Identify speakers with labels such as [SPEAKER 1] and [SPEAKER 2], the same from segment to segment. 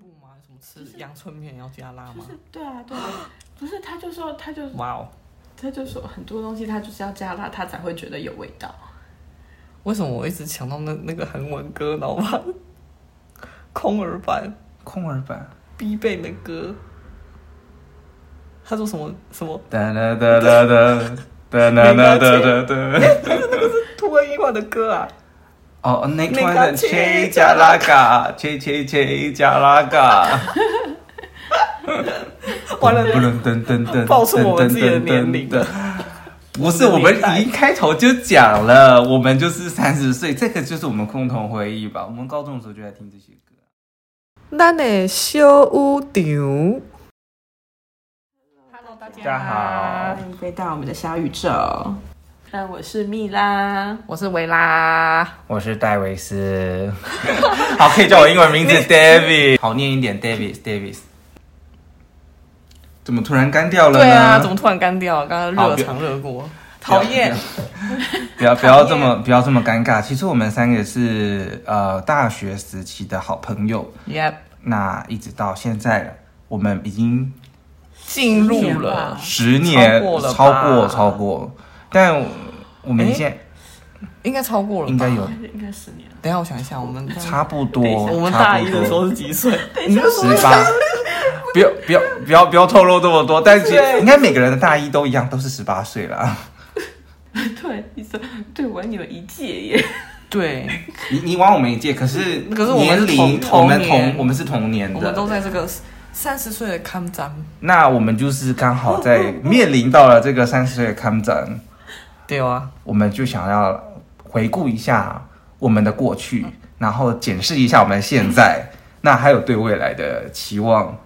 [SPEAKER 1] 部吗？什么吃阳春面也要加辣吗？
[SPEAKER 2] 对啊，对啊，不是，他就说，他就
[SPEAKER 1] 哇哦，
[SPEAKER 2] 他就说很多东西他就是要加辣，他才会觉得有味道。
[SPEAKER 1] 为什么我一直想到那那个韩文歌，然后把 空耳版
[SPEAKER 3] 空耳 版。
[SPEAKER 1] 必备的歌？他说什么什么？
[SPEAKER 3] 哒哒哒哒哒哒哒哒哒哒。
[SPEAKER 1] 突然一晚的歌啊？
[SPEAKER 3] 哦，那突然
[SPEAKER 1] 那个
[SPEAKER 3] 的切加拉嘎，切切切加拉嘎。
[SPEAKER 1] 完了，
[SPEAKER 3] 噔噔噔噔，
[SPEAKER 1] 爆出我们自己的年龄了。
[SPEAKER 3] 不是，我们已经开头就讲了，我们就是三十岁，这个就是我们共同回忆吧。我们高中的时候就在听这些歌。
[SPEAKER 1] 咱的小舞场。
[SPEAKER 2] Hello，大
[SPEAKER 3] 大家好
[SPEAKER 2] 欢迎回到我们的小宇宙。那我是蜜啦，
[SPEAKER 1] 我是维拉，
[SPEAKER 3] 我是戴维斯，好，可以叫我英文 名字 David，好念一点 Davis，Davis。怎么突然干掉了呢？
[SPEAKER 1] 对啊，怎么突然干掉了？刚刚热场热过，
[SPEAKER 3] 好
[SPEAKER 1] 讨厌。
[SPEAKER 3] 不要不要
[SPEAKER 1] 讨厌
[SPEAKER 3] 这么不要这么尴尬。其实我们三个是呃大学时期的好朋友，
[SPEAKER 1] Yep，
[SPEAKER 3] 那一直到现在了，我们已经
[SPEAKER 1] 进
[SPEAKER 2] 十年
[SPEAKER 1] 入
[SPEAKER 2] 吧
[SPEAKER 1] 了，
[SPEAKER 3] 十
[SPEAKER 1] 超
[SPEAKER 3] 年
[SPEAKER 1] 过了吧
[SPEAKER 3] 超过超过但我们
[SPEAKER 1] 哎
[SPEAKER 3] 现在
[SPEAKER 1] 应该超过了吧，
[SPEAKER 3] 应该有
[SPEAKER 2] 应该十年了，
[SPEAKER 1] 等一下，我想一下，我们
[SPEAKER 3] 差不多。
[SPEAKER 1] 我们大一的时候是几岁？
[SPEAKER 3] 十八， 不要不要不要不要透露这么多，但是
[SPEAKER 1] 对
[SPEAKER 3] 应该每个人的大一都一样，都是十八岁了。
[SPEAKER 2] 对，一直对我你们一届耶，
[SPEAKER 1] 对，
[SPEAKER 3] 你你晚我们一届，可是
[SPEAKER 1] 可是我们
[SPEAKER 3] 年
[SPEAKER 1] 是
[SPEAKER 3] 龄
[SPEAKER 1] 同
[SPEAKER 3] 我们
[SPEAKER 1] 同
[SPEAKER 3] 同
[SPEAKER 1] 年
[SPEAKER 3] 我们是同年
[SPEAKER 1] 我们
[SPEAKER 3] 的，
[SPEAKER 1] 都在这个三十岁的康展，
[SPEAKER 3] 那我们就是刚好在 面临到了这个三十岁的康展。
[SPEAKER 1] 对啊，
[SPEAKER 3] 我们就想要回顾一下我们的过去，然后检视一下我们现在，那还有对未来的期望，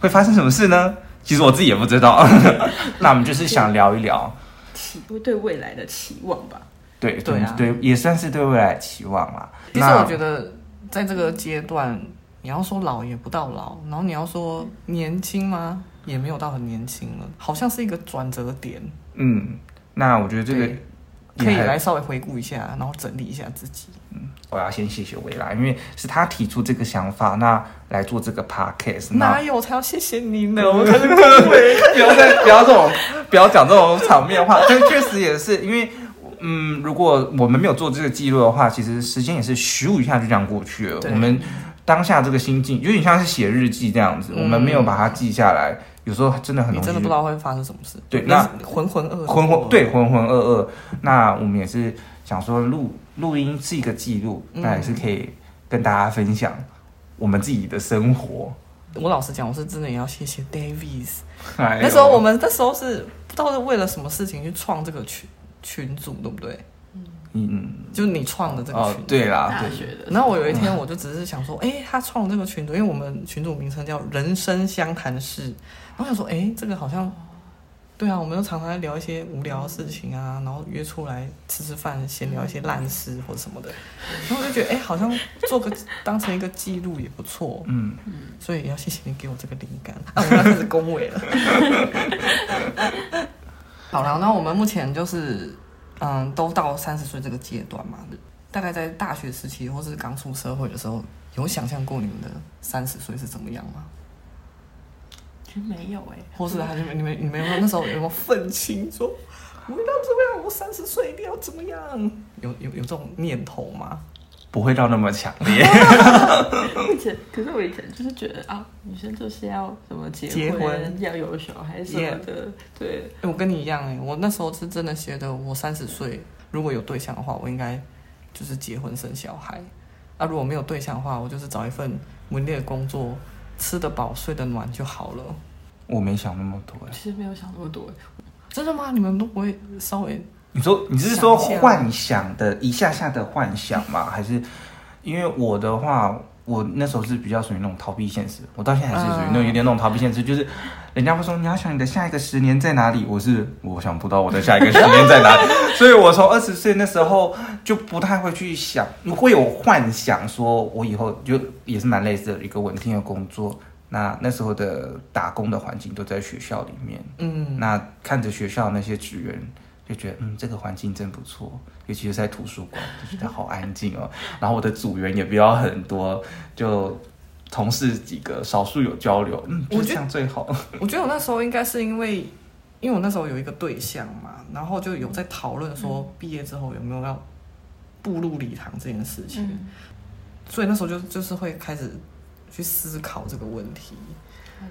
[SPEAKER 3] 会发生什么事呢？其实我自己也不知道。 那我们就是想聊一聊，
[SPEAKER 2] 期对未来的期望吧。
[SPEAKER 3] 对
[SPEAKER 1] 对啊
[SPEAKER 3] 对，也算是对未来的期望啦。
[SPEAKER 1] 其实
[SPEAKER 3] 那
[SPEAKER 1] 我觉得在这个阶段，你要说老也不到老，然后你要说年轻吗？也没有到很年轻了，好像是一个转折点，
[SPEAKER 3] 嗯，那我觉得这个
[SPEAKER 1] 对可以
[SPEAKER 3] 也还
[SPEAKER 1] 来稍微回顾一下，然后整理一下自己。
[SPEAKER 3] 我要先谢谢薇拉，因为是她提出这个想法，那来做这个 podcast，那
[SPEAKER 1] 哪有？我才要谢谢你 呢！我开始
[SPEAKER 3] 不要再不要这种不要讲这种场面话，但确实也是因为。嗯，如果我们没有做这个记录的话，其实时间也是咻一下就这样过去了。
[SPEAKER 1] 对
[SPEAKER 3] 我们当下这个心境有点像是写日记这样子，
[SPEAKER 1] 嗯
[SPEAKER 3] 我们没有把它记下来，有时候真的很
[SPEAKER 1] 你
[SPEAKER 3] 容易
[SPEAKER 1] 真的不知
[SPEAKER 3] 就
[SPEAKER 1] 道会发生什么事。
[SPEAKER 3] 对
[SPEAKER 1] 你
[SPEAKER 3] 那
[SPEAKER 1] 是浑浑噩噩
[SPEAKER 3] 浑浑对浑浑噩噩。那我们也是想说录录音是一个记录，
[SPEAKER 1] 嗯
[SPEAKER 3] 那也是可以跟大家分享我们自己的生活。
[SPEAKER 1] 我老实讲，我是真的也要谢谢 Davis。
[SPEAKER 3] 哎呦
[SPEAKER 1] 那时候我们那时候是不知道是为了什么事情去创这个群群组，对不对？
[SPEAKER 3] 嗯
[SPEAKER 1] 就是你创的这个
[SPEAKER 3] 哦
[SPEAKER 1] 群。
[SPEAKER 3] 对啦
[SPEAKER 2] 大
[SPEAKER 3] 对
[SPEAKER 2] 学的，
[SPEAKER 1] 然啊后我有一天我就只是想说，哎、他创这个群组，因为我们群组名称叫“人生相谈室”，然后我想说，哎、这个好像，对啊，我们就常常在聊一些无聊的事情啊，然后约出来吃吃饭，闲聊一些烂事或者什么的，然后我就觉得，哎、好像做个当成一个记录也不错，
[SPEAKER 3] 嗯。
[SPEAKER 1] 所以也要谢谢你给我这个灵感。啊，我们要开始恭维了。 好了，那我们目前就是，嗯，都到三十岁这个阶段嘛，大概在大学时期或是刚出社会的时候，有想象过你们的三十岁是怎么样吗？
[SPEAKER 2] 其实没有哎，
[SPEAKER 1] 或是还是你们你们有没有那时候有没有愤青说，我一定要怎么样，我三十岁一定要怎么样？有有有这种念头吗？
[SPEAKER 3] 不会到那么强烈。
[SPEAKER 2] 我以前，可是我以前就是觉得啊，女生就是要什么结
[SPEAKER 1] 结婚
[SPEAKER 2] 要有小孩什么的，对，
[SPEAKER 1] 欸我跟你一样哎、我那时候是真的觉得，我三十岁如果有对象的话，我应该就是结婚生小孩；那、如果没有对象的话，我就是找一份稳定的工作，吃得饱睡得暖就好了。
[SPEAKER 3] 我没想那么多。
[SPEAKER 2] 其实没有想那么多，
[SPEAKER 1] 真的吗？你们都不会稍微
[SPEAKER 3] 你说你是说
[SPEAKER 1] 想象
[SPEAKER 3] 幻想的一下下的幻想 吗？还是因为我的话，我那时候是比较属于那种逃避现实，我到现在还是属于那种
[SPEAKER 1] 嗯
[SPEAKER 3] 有点那种逃避现实，就是
[SPEAKER 1] 啊
[SPEAKER 3] 人家会说你要想你的下一个十年在哪里，我是我想不到我的下一个十年 在哪里，所以我从二十岁那时候就不太会去想，会有幻想说我以后就也是蛮类似的一个稳定的工作。那那时候的打工的环境都在学校里面，
[SPEAKER 1] 嗯，
[SPEAKER 3] 那看着学校那些职员，就觉得嗯，这个环境真不错，尤其是在 图书馆，就觉得好安静哦。然后我的组员也不要很多，就同事几个少数有交流，嗯，
[SPEAKER 1] 我
[SPEAKER 3] 就
[SPEAKER 1] 觉
[SPEAKER 3] 这样最好。
[SPEAKER 1] 我觉得我那时候应该是因为，因为我那时候有一个对象嘛，然后就有在讨论说毕业之后有没有要步入礼堂这件事情，
[SPEAKER 4] 嗯，
[SPEAKER 1] 所以那时候就就是会开始去思考这个问题。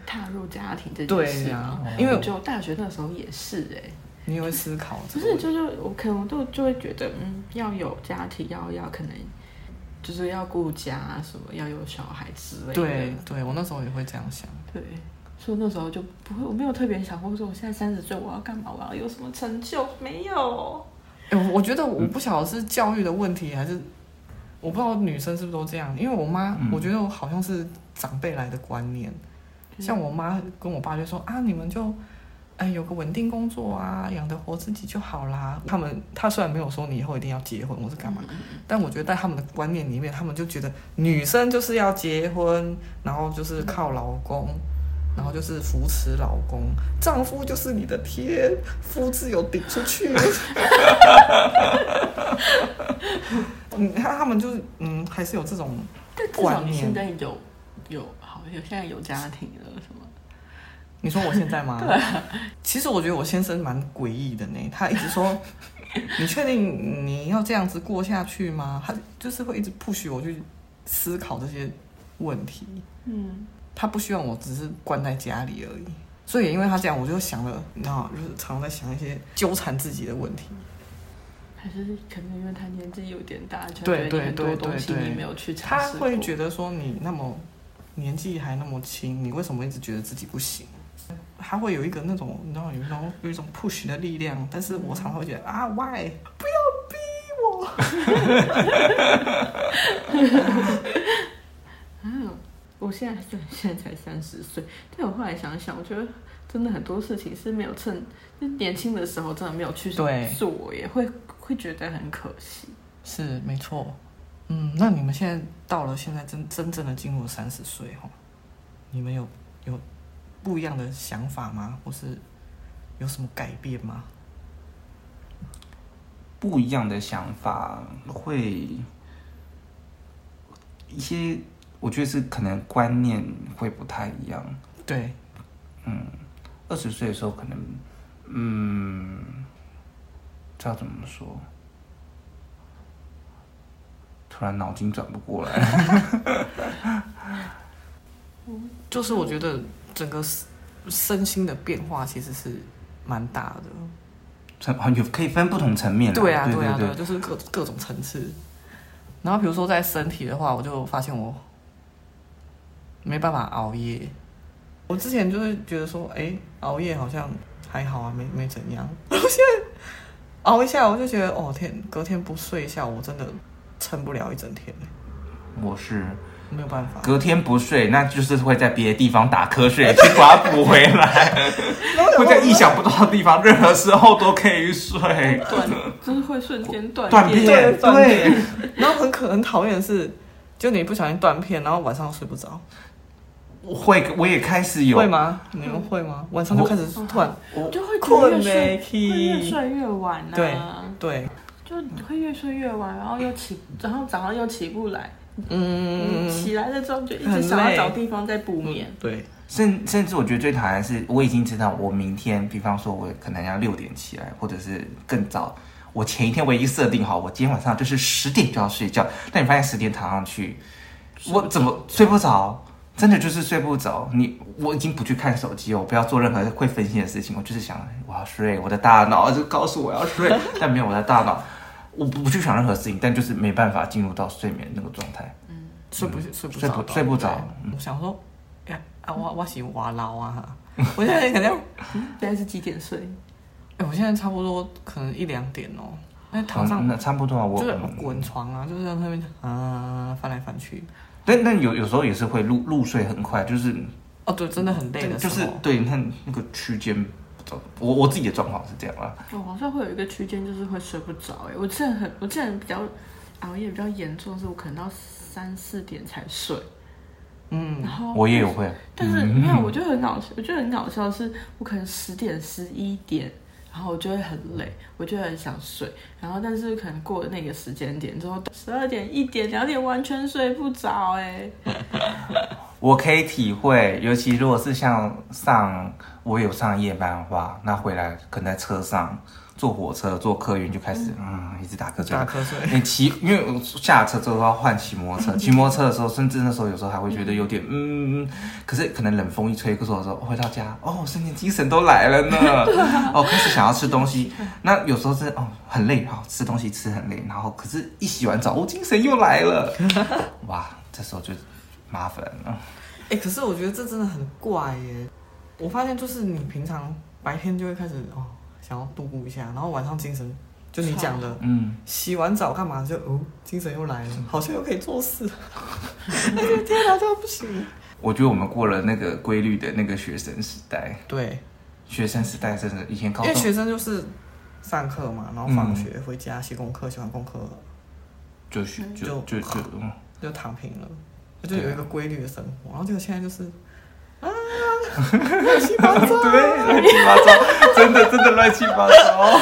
[SPEAKER 4] 踏入家庭这件
[SPEAKER 1] 对
[SPEAKER 4] 事
[SPEAKER 1] 呀、
[SPEAKER 4] 啊。
[SPEAKER 1] 因为
[SPEAKER 4] 就大学那时候也是哎、
[SPEAKER 1] 你也会思考这
[SPEAKER 4] 不
[SPEAKER 1] 个
[SPEAKER 4] 是，
[SPEAKER 1] 问题，
[SPEAKER 4] 就是我可能都就会觉得，嗯，要有家庭，要要可能就是要顾家什么，要有小孩之类的。
[SPEAKER 1] 对对，我那时候也会这样想。
[SPEAKER 4] 对，所以我那时候就不会，我没有特别想过说我现在三十岁我要干嘛，我要有什么成就，没有。
[SPEAKER 1] 哎、我我觉得我不晓得是教育的问题，还是我不知道女生是不是都这样。因为我妈，
[SPEAKER 3] 嗯
[SPEAKER 1] 我觉得我好像是长辈来的观念，
[SPEAKER 4] 嗯
[SPEAKER 1] 像我妈跟我爸就说啊，你们就哎有个稳定工作啊，养得活自己就好啦。他们他虽然没有说你以后一定要结婚或是干嘛，但我觉得在他们的观念里面，他们就觉得女生就是要结婚，然后就是靠老公。然后就是扶持老公，丈夫就是你的天，夫自有顶出去。嗯，他他们就是嗯，还是有这种
[SPEAKER 4] 但至少
[SPEAKER 1] 观
[SPEAKER 4] 你
[SPEAKER 1] 念
[SPEAKER 4] 现在有有好有现在有家庭了什么？
[SPEAKER 1] 你说我现在 吗？对。其实我觉得我先生蛮诡异的呢，他一直 说：“你确定你要这样子过下去吗？”他就是会一直 push 我去思考这些问题。
[SPEAKER 4] 嗯，
[SPEAKER 1] 他不希望我只是关在家里而已。所以也因为他这样，我就想了，你知道，就是常常在想一些纠缠自己的问题。
[SPEAKER 4] 还是可能因为他年纪有点大，就
[SPEAKER 1] 对
[SPEAKER 4] 觉得你
[SPEAKER 1] 对
[SPEAKER 4] 很多
[SPEAKER 1] 对
[SPEAKER 4] 东西
[SPEAKER 1] 对对
[SPEAKER 4] 你没有去尝
[SPEAKER 1] 他
[SPEAKER 4] 试过。
[SPEAKER 1] 会觉得说你那么年纪还那么轻，你为什么一直觉得自己不行？他会有一个那种，你知道，有一种有一种 push 的力量，但是我常常会觉得啊，why 不要逼
[SPEAKER 4] 嗯，我现在虽然现在才三十岁，但我后来想想，我觉得真的很多事情是没有趁就年轻的时候真的没有去
[SPEAKER 1] 对
[SPEAKER 4] 做，也会会觉得很可惜。
[SPEAKER 1] 我？是没错，嗯，那你们现在到了现在真真正的进入三十岁哈，你们有有不一样的想法吗？或是有什么改变吗？
[SPEAKER 3] 不一样的想法，会一些，我觉得是可能观念会不太一样。
[SPEAKER 1] 对，
[SPEAKER 3] 二十岁的时候，可能，嗯，这要怎么说？突然脑筋转不过来。
[SPEAKER 1] 就是我觉得整个身身心的变化其实是蛮大的。
[SPEAKER 3] 层啊，有可以分不同层面啦
[SPEAKER 1] 对啊，
[SPEAKER 3] 对
[SPEAKER 1] 啊，
[SPEAKER 3] 对
[SPEAKER 1] 啊，就是各各种层次。然后比如说在身体的话，我就发现我没办法熬夜。我之前就是觉得说，哎，熬夜好像还好啊，没没怎样。 然后现在熬一下，我就觉得，哦天，隔天不睡一下，我真的撑不了一整天，
[SPEAKER 3] 我是
[SPEAKER 1] 没有 办法。
[SPEAKER 3] 隔天不睡，那就是会在别的地方打瞌睡，去把它补回来。
[SPEAKER 1] 然后 我
[SPEAKER 3] 会
[SPEAKER 1] 想
[SPEAKER 3] 在
[SPEAKER 1] 说
[SPEAKER 3] 意想不到的地方，任何时候都可以睡。
[SPEAKER 4] 断就是会瞬间断
[SPEAKER 3] 断
[SPEAKER 4] 电。
[SPEAKER 3] 片，
[SPEAKER 1] 断片
[SPEAKER 3] 对，
[SPEAKER 1] 然后很可很讨厌的是，就你不小心断片，然后晚上睡不着，
[SPEAKER 3] 我会，我也开始有哦
[SPEAKER 1] 会吗？你们会吗？晚上就开始突然
[SPEAKER 4] 就会觉得
[SPEAKER 1] 困
[SPEAKER 4] 越睡
[SPEAKER 1] 没
[SPEAKER 4] 会越
[SPEAKER 1] 起，
[SPEAKER 4] 睡越晚啊，
[SPEAKER 1] 对对，
[SPEAKER 4] 就会越睡越晚，然后又起，然后早上又起不来，嗯，
[SPEAKER 1] 嗯，
[SPEAKER 4] 起来了之后就一直
[SPEAKER 1] 很
[SPEAKER 4] 想要
[SPEAKER 1] 累
[SPEAKER 4] 找地方再补眠，
[SPEAKER 1] 对，
[SPEAKER 3] 甚甚至我觉得最讨厌的是，我已经知道我明天，比方说我可能要六点起来，或者是更早。我前一天我已经设定好，我今天晚上就是十点就要睡觉，但你发现十点躺上去，我怎么睡不着？真的就是睡不着。你我已经不去看手机，我不要做任何会分心的事情，我就是想我要睡，我的大脑就告诉我要 睡，但没有我的大脑，我不不去想任何事情，但就是没办法进入到睡眠那个状态。
[SPEAKER 1] 睡不睡不
[SPEAKER 3] 嗯睡不
[SPEAKER 1] 着，
[SPEAKER 3] 睡不着嗯
[SPEAKER 1] 对我想说，呀啊，我我是话痨啊，我现在可能要，
[SPEAKER 4] 现在是几点睡？
[SPEAKER 1] 哎，我现在差不多可能一两点哦，那躺上
[SPEAKER 3] 嗯那差不多啊，我
[SPEAKER 1] 就是
[SPEAKER 3] 嗯
[SPEAKER 1] 滚床啊，就是在那边啊翻来翻去，
[SPEAKER 3] 但但有有时候也是会入入睡很快，就是
[SPEAKER 1] 哦对，真的很累的时
[SPEAKER 3] 就
[SPEAKER 1] 候，
[SPEAKER 3] 是对，你看那个区间不知道，我我自己的状况是这样啦。
[SPEAKER 4] 我哦好像会有一个区间，就是会睡不着。哎，我之前很，我之前比较熬夜比较严重，是我可能到三四点才睡。
[SPEAKER 1] 嗯
[SPEAKER 4] 然后
[SPEAKER 3] 我也有，会，
[SPEAKER 4] 哦
[SPEAKER 3] 嗯
[SPEAKER 4] 但是没有，我觉得很搞笑，我觉得很搞笑的是，我可能十点十一点，然后我就会很累，我就会很想睡，然后但是可能过了那个欸时间点之后，十二点一点两点完全睡不着。哎，
[SPEAKER 3] 我可以体会，尤其如果是像上我有上夜班的话，那回来可能在车上坐火车、坐客运就开始嗯一直打瞌睡
[SPEAKER 1] 打。瞌睡。
[SPEAKER 3] 你骑，因为我下车之后要换骑摩
[SPEAKER 1] 嗯
[SPEAKER 3] 托车，骑摩托车的时候，甚至那时候有时候还会觉得有点嗯，可是可能冷风一吹过的时候，回到家哦，瞬间精神都来了 呢，哦，开始想要吃东西。
[SPEAKER 1] 嗯
[SPEAKER 3] 那有时候是哦很累，哦吃东西吃很累，然后可是一洗完澡，哦精神又来了， 哇，这时候就麻烦了。
[SPEAKER 1] 哎、可是我觉得这真的很怪耶。我发现就是你平常白天就会开始哦，想要度过一下，然后晚上精神就你讲的，
[SPEAKER 3] 嗯，
[SPEAKER 1] 洗完澡干嘛就哦，精神又来了，好像又可以做 事了。哎呦天哪，这样不行。
[SPEAKER 3] 我觉得我们过了那个规律的那个学生时代，
[SPEAKER 1] 对，
[SPEAKER 3] 学生时代真的以前高
[SPEAKER 1] 因为
[SPEAKER 3] 中
[SPEAKER 1] 学生就是上课嘛，然后放学回家写功课，写完功课
[SPEAKER 3] 就学就就就嗯
[SPEAKER 1] 就躺平了，就有一个规律的生活。然后结果现在就是
[SPEAKER 3] 对，乱七八糟，真的真的乱七八糟。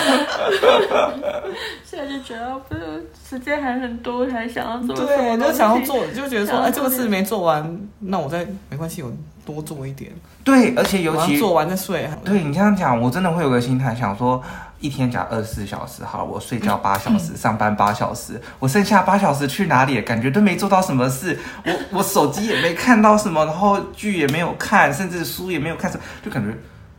[SPEAKER 2] 现在就觉得不是时间还很多，还想要做什
[SPEAKER 1] 对，啊
[SPEAKER 2] 么？
[SPEAKER 1] 就想要，做，就觉得说
[SPEAKER 2] 想要
[SPEAKER 1] 哎，这个
[SPEAKER 2] 做
[SPEAKER 1] 事没做完，那我再没关系，我多做一点，
[SPEAKER 3] 对，而且尤
[SPEAKER 1] 我要
[SPEAKER 3] 其
[SPEAKER 1] 做完再睡。
[SPEAKER 3] 对你这样讲，我真的会有个心态，想说一天假二十四小时，好，我睡觉八小时，上班八小时，我剩下八小时去哪里？感觉都没做到什么事，我我手机也没看到什么，然后剧也没有看，甚至书也没有看什么，就感觉。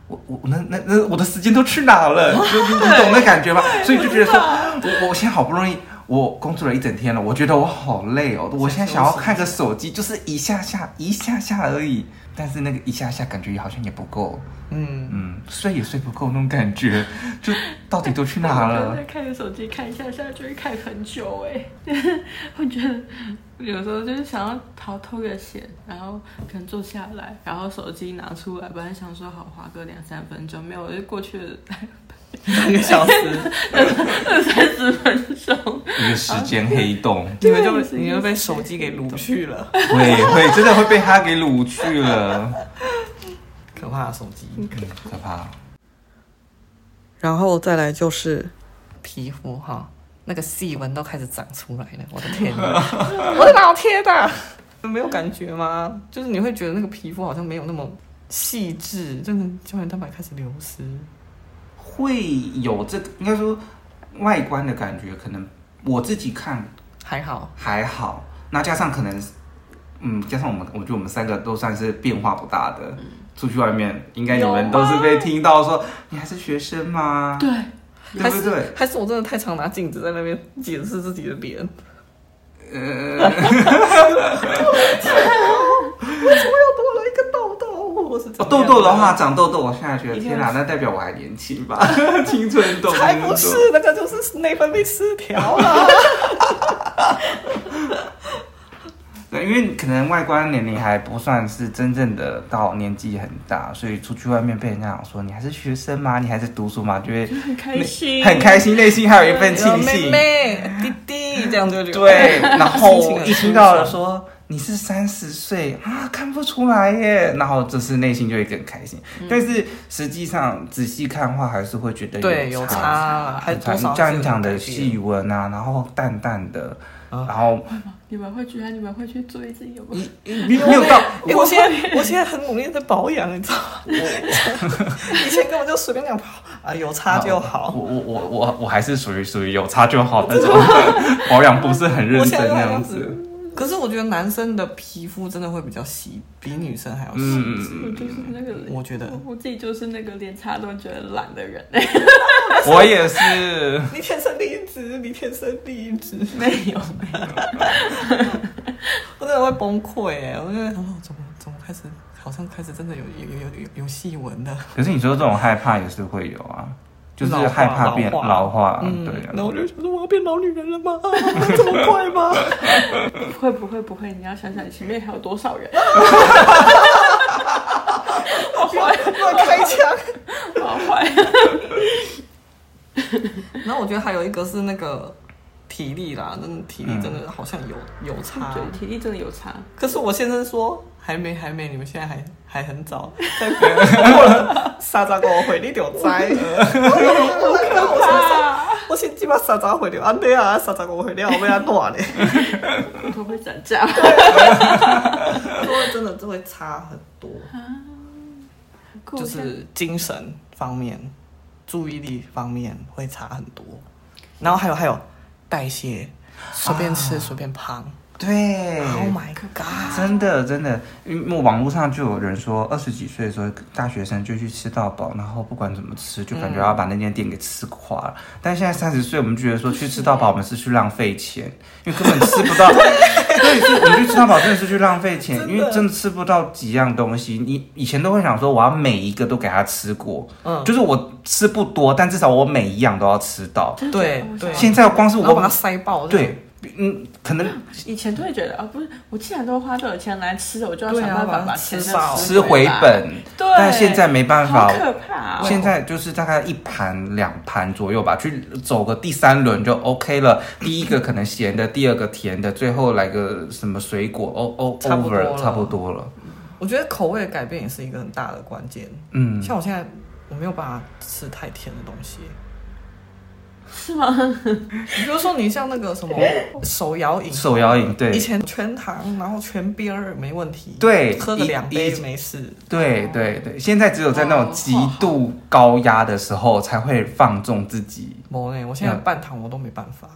[SPEAKER 3] 我我那那那我的时间都去哪了？就你你懂那感觉吗？所以就觉得说，我我现在好不容易我工作了一整天了，我觉得我好累哦。我现在想要看个手机，就是一下下一下下而已。但是那个一下下感觉好像也不够，
[SPEAKER 1] 嗯，
[SPEAKER 3] 嗯，睡也睡不够那种感觉， 就到底都去哪了
[SPEAKER 2] 在？看个手机看一下，现在就会看很久哎、 我觉得有时候就是想要逃偷个闲，然后可能坐下来，然后手机拿出来，本来想说好划个两三分钟，没有，我就过去了
[SPEAKER 1] 半个小时，
[SPEAKER 2] 二三十分钟。
[SPEAKER 3] 一个时间黑洞，
[SPEAKER 1] 你们就
[SPEAKER 2] 对是
[SPEAKER 1] 你们被手机给掳去了，
[SPEAKER 3] 会会真的会被他给掳去 了，
[SPEAKER 1] 可怕的手机。
[SPEAKER 3] 嗯，可怕。
[SPEAKER 1] 然后再来就是皮肤哈，那个细纹都开始长出来了，我 的天哪，我的老天啊呐，没有感觉吗？就是你会觉得那个皮肤好像没有那么细致，真的胶原蛋白开始流失。
[SPEAKER 3] 会有这个，应该说外观的感觉，可能我自己看
[SPEAKER 1] 还好，
[SPEAKER 3] 还好，那加上可能，嗯，加上我们，我觉得我们三个都算是变化不大的。出去外面，应该
[SPEAKER 1] 嗯
[SPEAKER 3] 你
[SPEAKER 1] 有
[SPEAKER 3] 们
[SPEAKER 1] 啊
[SPEAKER 3] 都是被听到说你还是学生吗？
[SPEAKER 2] 对，
[SPEAKER 3] 对不对？
[SPEAKER 1] 还是我真的太常拿镜子在那边检视自己的脸，
[SPEAKER 3] 呃
[SPEAKER 1] 又多了一个痘痘，我是怎么
[SPEAKER 3] 哦，痘
[SPEAKER 1] 样
[SPEAKER 3] 痘的话，长痘痘，我现在觉得
[SPEAKER 2] 一定
[SPEAKER 3] 天哪，那代表我还年轻吧， 青春痘。
[SPEAKER 1] 才
[SPEAKER 3] 青
[SPEAKER 1] 不
[SPEAKER 3] 春痘
[SPEAKER 1] 是，那个就是内分泌失调啊了。
[SPEAKER 3] 对，因为可能外观年龄还不算是真正的到年纪很大，所以出去外面被人家讲说你还是学生吗？你还在读书吗？就会
[SPEAKER 2] 很开心，
[SPEAKER 3] 很开心，内心还有一份庆
[SPEAKER 1] 妹
[SPEAKER 3] 幸。
[SPEAKER 1] 妹弟弟这样就流
[SPEAKER 3] 对，然
[SPEAKER 1] 心情
[SPEAKER 3] 后
[SPEAKER 1] 很
[SPEAKER 3] 一听
[SPEAKER 1] 舒
[SPEAKER 3] 到
[SPEAKER 1] 爽
[SPEAKER 3] 说你是三十岁啊，看不出来耶，然后这是内心就会更开心。
[SPEAKER 1] 嗯
[SPEAKER 3] 但是实际上仔细看的话，还是会觉得
[SPEAKER 1] 对有
[SPEAKER 3] 有
[SPEAKER 1] 差啦还
[SPEAKER 3] 有
[SPEAKER 1] 多少
[SPEAKER 3] 像
[SPEAKER 1] 是
[SPEAKER 3] 你讲
[SPEAKER 1] 有改
[SPEAKER 3] 的
[SPEAKER 1] 变
[SPEAKER 3] 细纹啊，然后淡淡的，
[SPEAKER 1] 啊
[SPEAKER 3] 然后
[SPEAKER 2] 你们会觉得你们会去追自己有没有？
[SPEAKER 3] 没没有到
[SPEAKER 1] 哎、我现在 我现在很努力地在保养，你知道吗？ 以前根本就随便讲啊，有差就好。
[SPEAKER 3] 我我我我我还是属于属于有差就好 那种，保养不是很认
[SPEAKER 1] 我现在
[SPEAKER 3] 真
[SPEAKER 1] 这
[SPEAKER 3] 那
[SPEAKER 1] 样
[SPEAKER 3] 样
[SPEAKER 1] 子
[SPEAKER 3] 子。，
[SPEAKER 1] 可是我觉得男生的皮肤真的会比较细，比女生还要细。
[SPEAKER 3] 嗯嗯
[SPEAKER 2] 我就是那个，
[SPEAKER 1] 我觉得
[SPEAKER 2] 我我自己就是那个连擦都觉得懒的人。欸
[SPEAKER 3] 嗯，我也是。
[SPEAKER 1] 你天生丽质，你天生丽质，
[SPEAKER 2] 没有，
[SPEAKER 1] 我真的会崩溃哎！我就在想说，怎么怎么开始，好像开始真的有有有有有细纹了。
[SPEAKER 3] 可是你说这种害怕也是会有啊，就是害怕变
[SPEAKER 1] 老化
[SPEAKER 2] 嗯
[SPEAKER 1] 嗯
[SPEAKER 3] 老化，对啊。
[SPEAKER 1] 然后我就想说，我要变老女人了吗？这么快吗？
[SPEAKER 2] 会 不会不会？你要想想，你前面还有多少人？我坏，
[SPEAKER 1] 乱开枪。
[SPEAKER 2] 我坏。
[SPEAKER 1] 然后我觉得还有一个是那个体力啦，真的体力真的好像有、有差。
[SPEAKER 2] 对，体力真的有差。
[SPEAKER 1] 可是我先生说还没还没，你们现在还还很早，再过了三十五岁你就知。我想说我我现即马三十岁了，安尼啊，三十五岁了，要安怎呢？
[SPEAKER 2] 我头会涨价。
[SPEAKER 1] 就会真的就会差很多，
[SPEAKER 2] 啊
[SPEAKER 1] 就
[SPEAKER 2] 故乡
[SPEAKER 1] 是精神方面、注意力方面会差很多，然后还有还有代谢，随便吃随便胖。
[SPEAKER 3] 对
[SPEAKER 1] Oh my god！
[SPEAKER 3] 真的真的，因为网络上就有人说，二十几岁的时候，大学生就去吃到饱，然后不管怎么吃，就感觉要把那间店给吃垮了。但现在三十岁，我们觉得说去吃到饱，我们是去浪费钱，因为根本吃 不到。对，是我们去吃到饱真的是去浪费钱，因为真的吃不到几样东西。你以前都会想说，我要每一个都给他吃过，
[SPEAKER 1] 嗯
[SPEAKER 3] 就是我吃不多，但至少我每一样都要吃到。
[SPEAKER 2] 真的
[SPEAKER 1] 对
[SPEAKER 2] 我想
[SPEAKER 1] 对
[SPEAKER 3] 现在光是
[SPEAKER 1] 然后把它
[SPEAKER 3] 我，
[SPEAKER 1] 塞爆。
[SPEAKER 3] 对，嗯，可能
[SPEAKER 2] 以前都会觉得啊，不是，我既然都花这种钱来吃，我就要
[SPEAKER 1] 对
[SPEAKER 2] 想
[SPEAKER 1] 啊
[SPEAKER 2] 办
[SPEAKER 1] 把
[SPEAKER 2] 法
[SPEAKER 1] 它
[SPEAKER 2] 把
[SPEAKER 1] 吃
[SPEAKER 2] 钱再
[SPEAKER 1] 少
[SPEAKER 3] 吃回
[SPEAKER 2] 来。
[SPEAKER 3] 本。
[SPEAKER 2] 对，
[SPEAKER 3] 但现在没办法
[SPEAKER 2] 好，可怕啊、
[SPEAKER 3] 现在就是大概一盘两盘左右吧，去走个第三轮就 OK 了。第一个可能咸的，第二个甜的，最后来个什么水果哦哦
[SPEAKER 1] 差不多
[SPEAKER 3] over
[SPEAKER 1] 了
[SPEAKER 3] 差不多了。
[SPEAKER 1] 我觉得口味的改变也是一个很大的关键。
[SPEAKER 3] 嗯，
[SPEAKER 1] 像我现在我没有办法吃太甜的东西，
[SPEAKER 2] 是吗？
[SPEAKER 1] 比如说你像那个什么手摇饮，
[SPEAKER 3] 手摇饮对
[SPEAKER 1] 以前全糖然后全冰儿没问题，
[SPEAKER 3] 对
[SPEAKER 1] 喝个
[SPEAKER 3] 以
[SPEAKER 1] 两杯
[SPEAKER 3] 以
[SPEAKER 1] 没事。
[SPEAKER 3] 对对对，现在只有在那种极度高压的时候才会放纵自己。
[SPEAKER 1] 某呢，我现在
[SPEAKER 3] 嗯
[SPEAKER 1] 半糖我都没办法。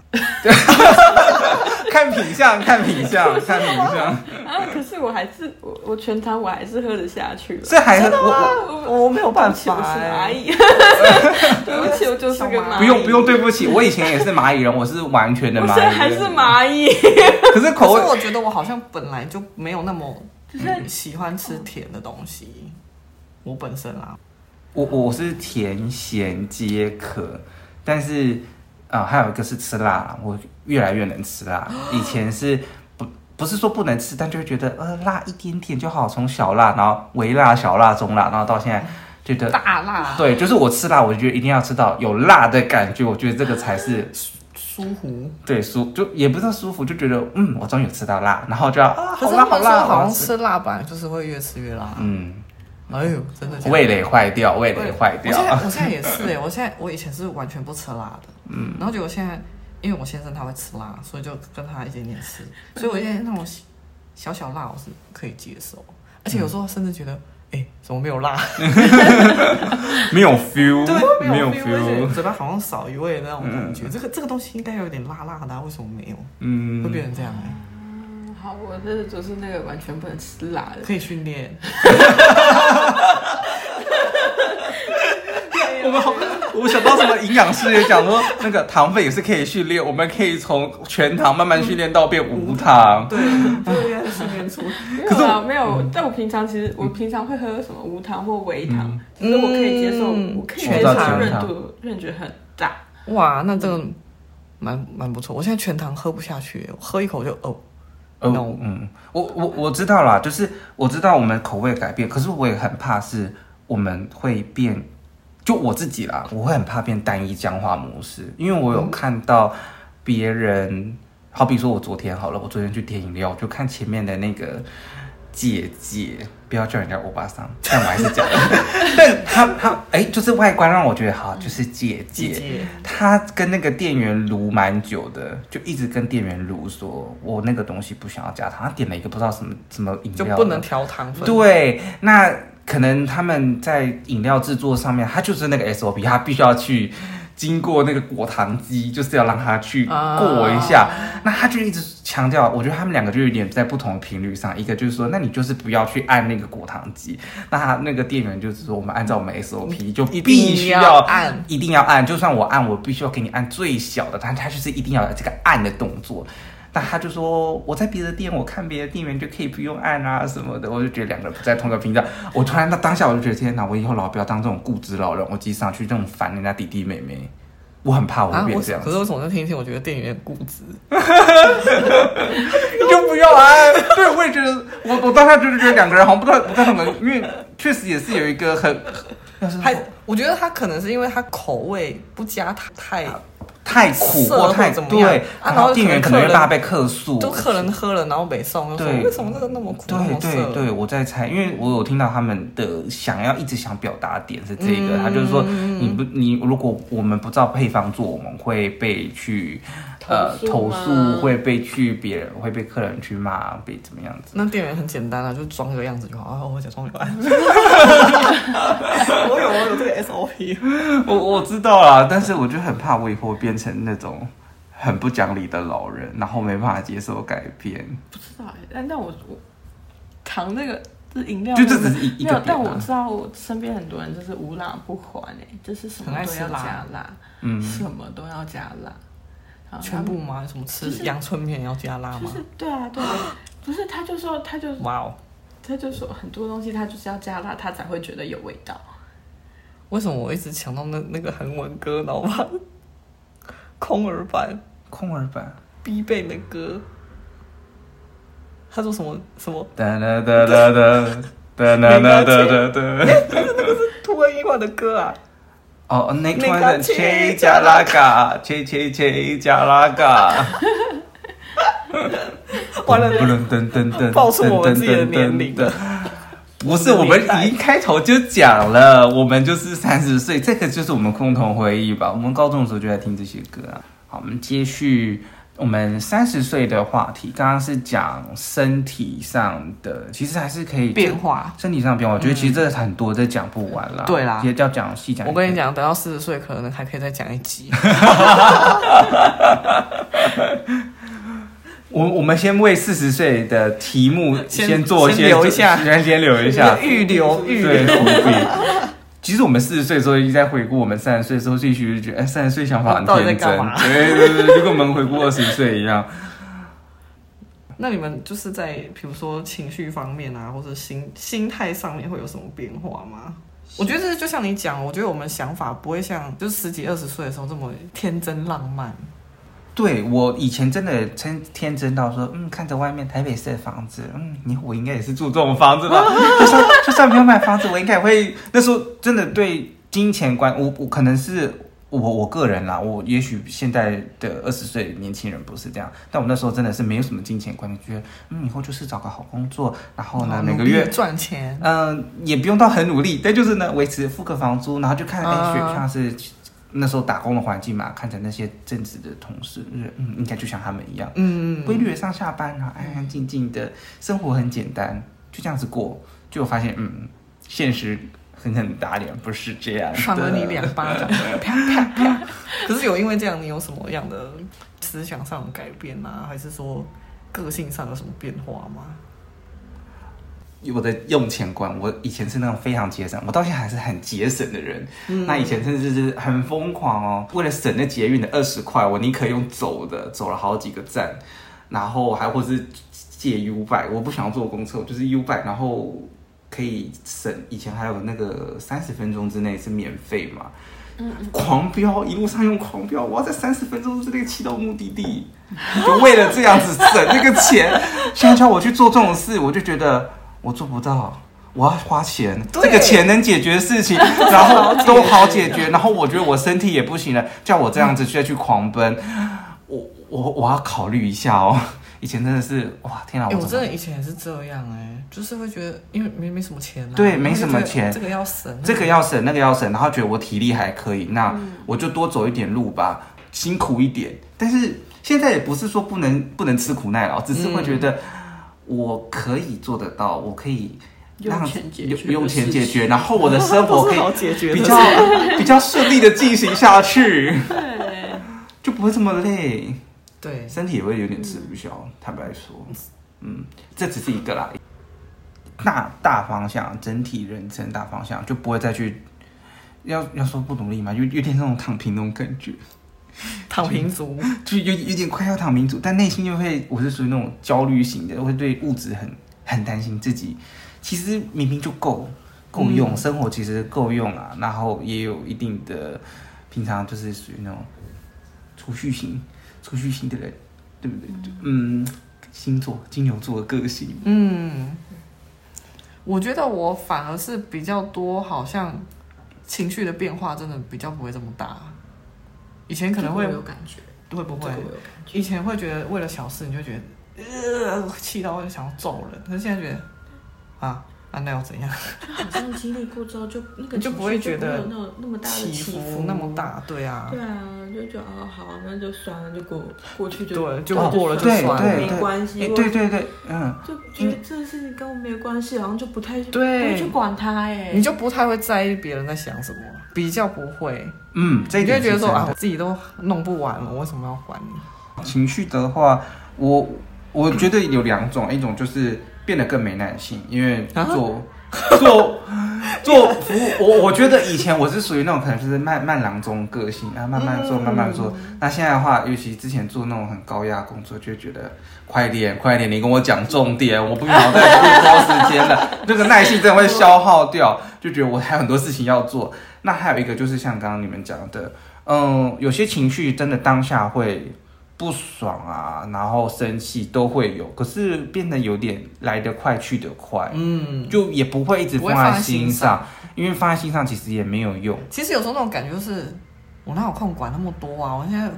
[SPEAKER 3] 看品相，看品相，看品相，
[SPEAKER 2] 啊，可是我还是我我全糖我还是喝得下去了。
[SPEAKER 3] 这还我我
[SPEAKER 1] 我没有办
[SPEAKER 2] 对不起
[SPEAKER 1] 法
[SPEAKER 2] 我是
[SPEAKER 1] 哎
[SPEAKER 2] 蚂蚁，对不 起，我就是个蚂蚁。
[SPEAKER 3] 不用不用，对不起，我以前也是蚂蚁人，我是完全的
[SPEAKER 2] 我
[SPEAKER 3] 蚂
[SPEAKER 2] 现在
[SPEAKER 3] 蚁人，
[SPEAKER 2] 还是蚂蚁，
[SPEAKER 3] 可是
[SPEAKER 1] 哎可
[SPEAKER 3] 口味
[SPEAKER 1] 是我觉得我好像本来就没有那么
[SPEAKER 2] 就
[SPEAKER 1] 嗯
[SPEAKER 2] 是
[SPEAKER 1] 喜欢吃甜的东西，我本身啦，
[SPEAKER 3] 我我是甜咸皆可，但是啊、呃还有一个是吃辣啦，我越来越能吃辣。 以前是不不是说不能吃，但就会觉得呃辣一点点就好，从小辣然后微辣、小辣、中辣，然后到现在觉得
[SPEAKER 1] 大辣
[SPEAKER 3] 对，就是我吃辣，我就觉得一定要吃到有辣的感觉，我觉得这个才是
[SPEAKER 1] 舒服。
[SPEAKER 3] 对舒，就也不是舒服，就觉得嗯，我终于有吃到辣，然后就要啊
[SPEAKER 1] 可
[SPEAKER 3] 好
[SPEAKER 1] 是
[SPEAKER 3] 辣
[SPEAKER 1] 他们
[SPEAKER 3] 好
[SPEAKER 1] 说
[SPEAKER 3] 辣，
[SPEAKER 1] 好
[SPEAKER 3] 我要
[SPEAKER 1] 像吃辣本来就是会越吃越辣。
[SPEAKER 3] 嗯，
[SPEAKER 1] 哎呦，真的假的
[SPEAKER 3] 味蕾坏掉，味蕾坏
[SPEAKER 1] 我现在
[SPEAKER 3] 掉，
[SPEAKER 1] 我现在也 是哎、我现在我以前是完全不吃辣的，嗯，然后结果现在因为我先生他会吃辣，所以就跟他一点点吃，所以我现在那种小小小辣我是可以接受，而且有时候甚至觉得哎、怎么没有辣？
[SPEAKER 3] 没有 feel，
[SPEAKER 1] 对，没有 feel，而嗯
[SPEAKER 3] feel
[SPEAKER 1] 且。嘴巴好像少一味的那种感觉。这个这个东西应该有点辣辣的、啊，为什么没有？
[SPEAKER 3] 嗯
[SPEAKER 1] 会变成这样哎、
[SPEAKER 2] 好，我真的就是那个完全不能吃辣的。
[SPEAKER 1] 可以训练。
[SPEAKER 3] 我们好，我想到什么营养师也讲说，那个糖分也是可以训练，我们可以从全糖慢慢训练到变无糖。
[SPEAKER 1] 对， 就应该训练出。
[SPEAKER 2] 没有啊，没有。
[SPEAKER 1] 嗯
[SPEAKER 2] 但我平常其实我平常会喝什么无糖或微糖，可是我可以接受，
[SPEAKER 1] 嗯
[SPEAKER 2] 我可以接受
[SPEAKER 1] 我知道
[SPEAKER 2] 润
[SPEAKER 3] 全
[SPEAKER 2] 度润觉很大。
[SPEAKER 1] 哇，那这个蛮蛮不错。我现在全糖喝不下去，我喝一口就哦。
[SPEAKER 3] 呃
[SPEAKER 1] No
[SPEAKER 3] 嗯，我我我知道啦，就是我知道我们口味改变，可是我也很怕是我们会变，就我自己啦，我会很怕变单一僵化模式，因为我有看到别人，好比说我昨天好了，我昨天去点饮料，我就看前面的那个姐姐，不要叫人家欧巴桑，但我还是讲， 但她她哎、就是外观让我觉得好，就是姐姐。
[SPEAKER 1] 姐，
[SPEAKER 3] 他跟那个店员撸蛮久的，就一直跟店员撸说，我那个东西不想要加糖。他点了一个不知道什么什么饮
[SPEAKER 1] 就
[SPEAKER 3] 料嗯的，
[SPEAKER 1] 不能调糖分。
[SPEAKER 3] 对，那可能他们在饮料制作上面，他就是那个 SOP，他必须要去经过那个果糖机，就是要让他去过一下。
[SPEAKER 1] 哦
[SPEAKER 3] 那他就一直强调，我觉得他们两个就有点在不同的频率上，一个就是说，那你就是不要去按那个果糖机。那他那个店员就是说，我们按照我们 SOP 就
[SPEAKER 1] 嗯一定
[SPEAKER 3] 必须
[SPEAKER 1] 要
[SPEAKER 3] 要
[SPEAKER 1] 按
[SPEAKER 3] 一定要按，就算我按，我必须要给你按最小的，但他就是一定要有这个按的动作。那他就说我在别的店，我看别的店员就可以不用按啊什么的，我就觉得两个人不在同一个频道。我突然到当下我就觉得天哪，我以后老不要当这种固执老人，我即使上去这种烦人家弟弟妹妹，我很怕我会
[SPEAKER 1] 啊，
[SPEAKER 3] 变
[SPEAKER 1] 我
[SPEAKER 3] 这样
[SPEAKER 1] 可
[SPEAKER 3] 子，
[SPEAKER 1] 是我总是听一听，我觉得店员有点固执。
[SPEAKER 3] 你就不要按。对，我也觉得，我我当下就是觉得两个人好像不太不太同的，因为确实也是有一个很，要是
[SPEAKER 1] 还我觉得他可能是因为他口味不加糖太
[SPEAKER 3] 太苦
[SPEAKER 1] 涩
[SPEAKER 3] 或太
[SPEAKER 1] 怎么样
[SPEAKER 3] 对，
[SPEAKER 1] 啊
[SPEAKER 3] 然
[SPEAKER 1] 然后
[SPEAKER 3] 后店员
[SPEAKER 1] 可
[SPEAKER 3] 可
[SPEAKER 1] 能
[SPEAKER 3] 能
[SPEAKER 1] 客
[SPEAKER 3] 会
[SPEAKER 1] 人
[SPEAKER 3] 怕被客诉，
[SPEAKER 1] 都客人喝了，然后北送，就说
[SPEAKER 3] 对
[SPEAKER 1] 为什么这个那么苦，那
[SPEAKER 3] 对
[SPEAKER 1] 么
[SPEAKER 3] 对
[SPEAKER 1] 涩？
[SPEAKER 3] 对，我在猜，因为我有听到他们的想要一直想表达的点是这个，他就是说，你不你如果我们不照配方做，我们会被去呃
[SPEAKER 2] 投
[SPEAKER 3] 投
[SPEAKER 2] 诉吗
[SPEAKER 3] 诉，会被去别人会被客人去骂，被怎么样子？
[SPEAKER 1] 那店员很简单啊，就装个样子就好啊，我假装有爱。我有我有这个 SOP，
[SPEAKER 3] 我我知道啦，但是我就很怕我以后变成那种很不讲理的老人，然后没办法接受改变。
[SPEAKER 2] 不知道哎、但但我我扛这个这饮料
[SPEAKER 3] 就
[SPEAKER 2] 没有
[SPEAKER 3] 这只是一一
[SPEAKER 2] 没
[SPEAKER 3] 个
[SPEAKER 2] 有，
[SPEAKER 3] 点
[SPEAKER 2] 但我
[SPEAKER 3] 啊
[SPEAKER 2] 知道我身边很多人就是无辣不欢哎、就是什么
[SPEAKER 1] 很爱
[SPEAKER 2] 都
[SPEAKER 1] 吃
[SPEAKER 2] 要
[SPEAKER 1] 辣
[SPEAKER 2] 加辣，
[SPEAKER 3] 嗯
[SPEAKER 2] 什么都要加辣，然后他
[SPEAKER 1] 全
[SPEAKER 2] 们
[SPEAKER 1] 部吗？什么吃
[SPEAKER 2] 就是
[SPEAKER 1] 阳春面也要加辣
[SPEAKER 2] 就
[SPEAKER 1] 吗？
[SPEAKER 2] 是对啊对啊，不是他就说他就
[SPEAKER 1] 哇哦，
[SPEAKER 2] 他就说很多东西他就是要加辣，他才会觉得有味道。
[SPEAKER 1] 为什么我一直想到那那个韩文歌，然后把 空耳版
[SPEAKER 3] 空耳版，
[SPEAKER 1] 必备的歌？他说什么什么？
[SPEAKER 3] 哒哒哒哒哒哒哒哒哒哒哒。
[SPEAKER 1] 突然一晚的歌啊，
[SPEAKER 3] 哦，那
[SPEAKER 1] 那
[SPEAKER 3] 突
[SPEAKER 1] 个
[SPEAKER 3] 然切
[SPEAKER 1] 切
[SPEAKER 3] 加拉嘎，切切切加拉嘎，
[SPEAKER 1] 完了
[SPEAKER 3] 噔噔噔噔，
[SPEAKER 1] 爆出我们自己的年龄了。
[SPEAKER 3] 不是，我们已经开头就讲了，我们就是三十岁，这个就是我们共同回忆吧。我们高中的时候就在听这些歌啊。好，我们接续我们三十岁的话题，刚刚是讲身体上的，其实还是可以
[SPEAKER 1] 变化。
[SPEAKER 3] 身体上的变化。我觉得其实这个很多，这讲不完啦。
[SPEAKER 1] 对啦
[SPEAKER 3] 其实要讲细讲。
[SPEAKER 1] 我跟你，讲，等到四十岁，可能还可以再讲一 集。
[SPEAKER 3] 我我们先为四十岁的题目
[SPEAKER 1] 先
[SPEAKER 3] 做
[SPEAKER 1] 先
[SPEAKER 3] 些
[SPEAKER 1] 留一下
[SPEAKER 3] 先先留 一下，
[SPEAKER 1] 预留预
[SPEAKER 3] 对，
[SPEAKER 1] 留。
[SPEAKER 3] 不必。其实我们四十岁的时候一直在回顾我们三十岁的时候，就许就觉得哎，三十岁想法很
[SPEAKER 1] 到底在
[SPEAKER 3] 天真，
[SPEAKER 1] 干嘛
[SPEAKER 3] 对对对，就跟我们回顾二十岁一样。
[SPEAKER 1] 那你们就是在比如说情绪方面啊，或者心心态上面会有什么变化吗？我觉得这就像你讲，我觉得我们想法不会像就是十几二十岁的时候这么天真浪漫。
[SPEAKER 3] 对我以前真的天天真到说，嗯，看着外面台北市的房子，嗯，你我应该也是住这种房子吧？就算就算没有买房子，我应该也会那时候真的对金钱观，我我可能是我我个人啦，我也许现在的二十岁年轻人不是这样，但我那时候真的是没有什么金钱观，觉得嗯，以后就是找个好工作，然后呢
[SPEAKER 1] 然
[SPEAKER 3] 每
[SPEAKER 1] 努
[SPEAKER 3] 个
[SPEAKER 1] 力
[SPEAKER 3] 月
[SPEAKER 1] 赚钱，
[SPEAKER 3] 嗯、也不用到很努力，但就是呢，维持付个房租，然后就看哎、
[SPEAKER 1] 啊
[SPEAKER 3] 学校是那时候打工的环境嘛，看着那些正职的同事，就是嗯，应该就像他们一样，
[SPEAKER 1] 嗯，
[SPEAKER 3] 规律的上下班，然后安安静静的生活很简单，就这样子过，就我发现嗯，现实狠狠地打脸，不是这样的，
[SPEAKER 1] 赏了你两巴掌，啪啪啪。可是有因为这样，你有什么样的思想上的改变吗？还是说个性上有什么变化吗？
[SPEAKER 3] 我的用钱观，我以前是那种非常节省，我到现在还是很节省的人。
[SPEAKER 1] 嗯
[SPEAKER 3] 那以前甚至是很疯狂哦，为了省那捷运的二十块，我宁可用走的，走了好几个站，然后还或是借 U bike，我不想要坐公车，我就是 U bike，然后可以省。以前还有那个三十分钟之内是免费嘛，嗯狂飙，一路上用狂飙，我要在三十分钟之内骑到目的地，就为了这样子省那个钱。 现在叫我去做这种事，我就觉得我做不到。我要花钱，
[SPEAKER 1] 对
[SPEAKER 3] 这个钱能解决的事 情，然后都好解决，然后我觉得我身体也不行了，叫我这样子再去狂奔，我我我要考虑一下哦。 以前真的是哇，天哪，
[SPEAKER 1] 哎、
[SPEAKER 3] 我
[SPEAKER 1] 我
[SPEAKER 3] 怎
[SPEAKER 1] 真
[SPEAKER 3] 么
[SPEAKER 1] 的以前也是这样哎、就是会觉得，因为没没什么钱、啊，
[SPEAKER 3] 对
[SPEAKER 1] 然后
[SPEAKER 3] 没什
[SPEAKER 1] 就
[SPEAKER 3] 么
[SPEAKER 1] 觉得
[SPEAKER 3] 钱
[SPEAKER 1] 这个要省，那
[SPEAKER 3] 这个要省，那个要省，然后觉得我体力还可以，那我就多走一点路吧，辛苦一点。但是现在也不是说不能不能吃苦耐劳，只是会觉得我可以做得到，我可以让
[SPEAKER 2] 用钱解决
[SPEAKER 3] 用用
[SPEAKER 2] 的
[SPEAKER 3] 钱
[SPEAKER 2] 事
[SPEAKER 3] 解决，
[SPEAKER 2] 情
[SPEAKER 3] 然后我的生活
[SPEAKER 1] 都
[SPEAKER 3] 可
[SPEAKER 1] 是好
[SPEAKER 3] 以
[SPEAKER 1] 解决
[SPEAKER 3] 比
[SPEAKER 1] 的
[SPEAKER 3] 较比较顺利的进行下去，
[SPEAKER 2] 对，
[SPEAKER 3] 就不会这么累，
[SPEAKER 1] 对，
[SPEAKER 3] 身体也会有点吃不消。坦白说，嗯，这只是一个啦。大大方向，整体人生大方向就不会再去，要要说不努力嘛，有有点那种躺平那种感觉，
[SPEAKER 1] 躺平族，
[SPEAKER 3] 就有有点快要躺平族，但内心又会，我是属于那种焦虑型的，会对物质很很担心自己，其实明明就够够用，生活其实够用啊，然后也有一定的，平常就是属于那种储蓄型，储蓄型的人，对不对？嗯，星座金牛座的个性，
[SPEAKER 1] 嗯，我觉得我反而是比较多，好像情绪的变化真的比较不会这么大，以前可能会
[SPEAKER 4] 这个我有感觉，
[SPEAKER 1] 会不会
[SPEAKER 4] 这个？我有感觉。
[SPEAKER 1] 以前会觉得为了小事你就觉得，呃，气到会想要揍人，可是现在觉得，啊，啊那又怎样？
[SPEAKER 4] 就好像经历过之后，就那个
[SPEAKER 1] 你就
[SPEAKER 4] 情
[SPEAKER 1] 不会
[SPEAKER 4] 绪
[SPEAKER 1] 觉得
[SPEAKER 4] 有那种那么大的
[SPEAKER 1] 起
[SPEAKER 4] 伏
[SPEAKER 1] 伏那么。大，对啊
[SPEAKER 4] 对，啊，就觉得哦好，那就算了，就过过去就
[SPEAKER 1] 对就
[SPEAKER 4] 哦
[SPEAKER 1] 过了就
[SPEAKER 4] 对
[SPEAKER 1] 算
[SPEAKER 3] 了
[SPEAKER 4] 没关系。
[SPEAKER 3] 哎
[SPEAKER 4] 我
[SPEAKER 3] 对对对，嗯，
[SPEAKER 4] 就觉得这个事情跟我没有关系，然后就不太不
[SPEAKER 1] 对
[SPEAKER 4] 会去管它哎。
[SPEAKER 1] 你就不太会在意别人在想什么，比较不会，
[SPEAKER 3] 嗯，这一
[SPEAKER 1] 你就
[SPEAKER 3] 点
[SPEAKER 1] 会觉得
[SPEAKER 3] 是
[SPEAKER 1] 说
[SPEAKER 3] 真
[SPEAKER 1] 啊，
[SPEAKER 3] 的
[SPEAKER 1] 我自己都弄不完了，我为什么要管你？
[SPEAKER 3] 情绪的话，我我觉得有两种，一种就是变得更没耐心，因为
[SPEAKER 1] 啊
[SPEAKER 3] 做、做做服务，我我觉得以前我是属于那种可能就是慢慢郎中个性啊，慢慢做慢慢做。那现在的话，尤其之前做那种很高压工作，就会觉得快点快点，你跟我讲重点，我不想再拖时间了， 这个耐性真的会消耗掉，就觉得我还有很多事情要做。那还有一个就是像刚刚你们讲的，嗯，有些情绪真的当下会不爽啊，然后生气都会有，可是变得有点来得快去得快，
[SPEAKER 1] 嗯，
[SPEAKER 3] 就也不会一直
[SPEAKER 1] 不会
[SPEAKER 3] 放
[SPEAKER 1] 放
[SPEAKER 3] 在
[SPEAKER 1] 在
[SPEAKER 3] 心
[SPEAKER 1] 心上
[SPEAKER 3] 上，因为放在心上其实也没有用。
[SPEAKER 1] 其实有时候那种感觉就是，我哪有空管那么多啊？我现在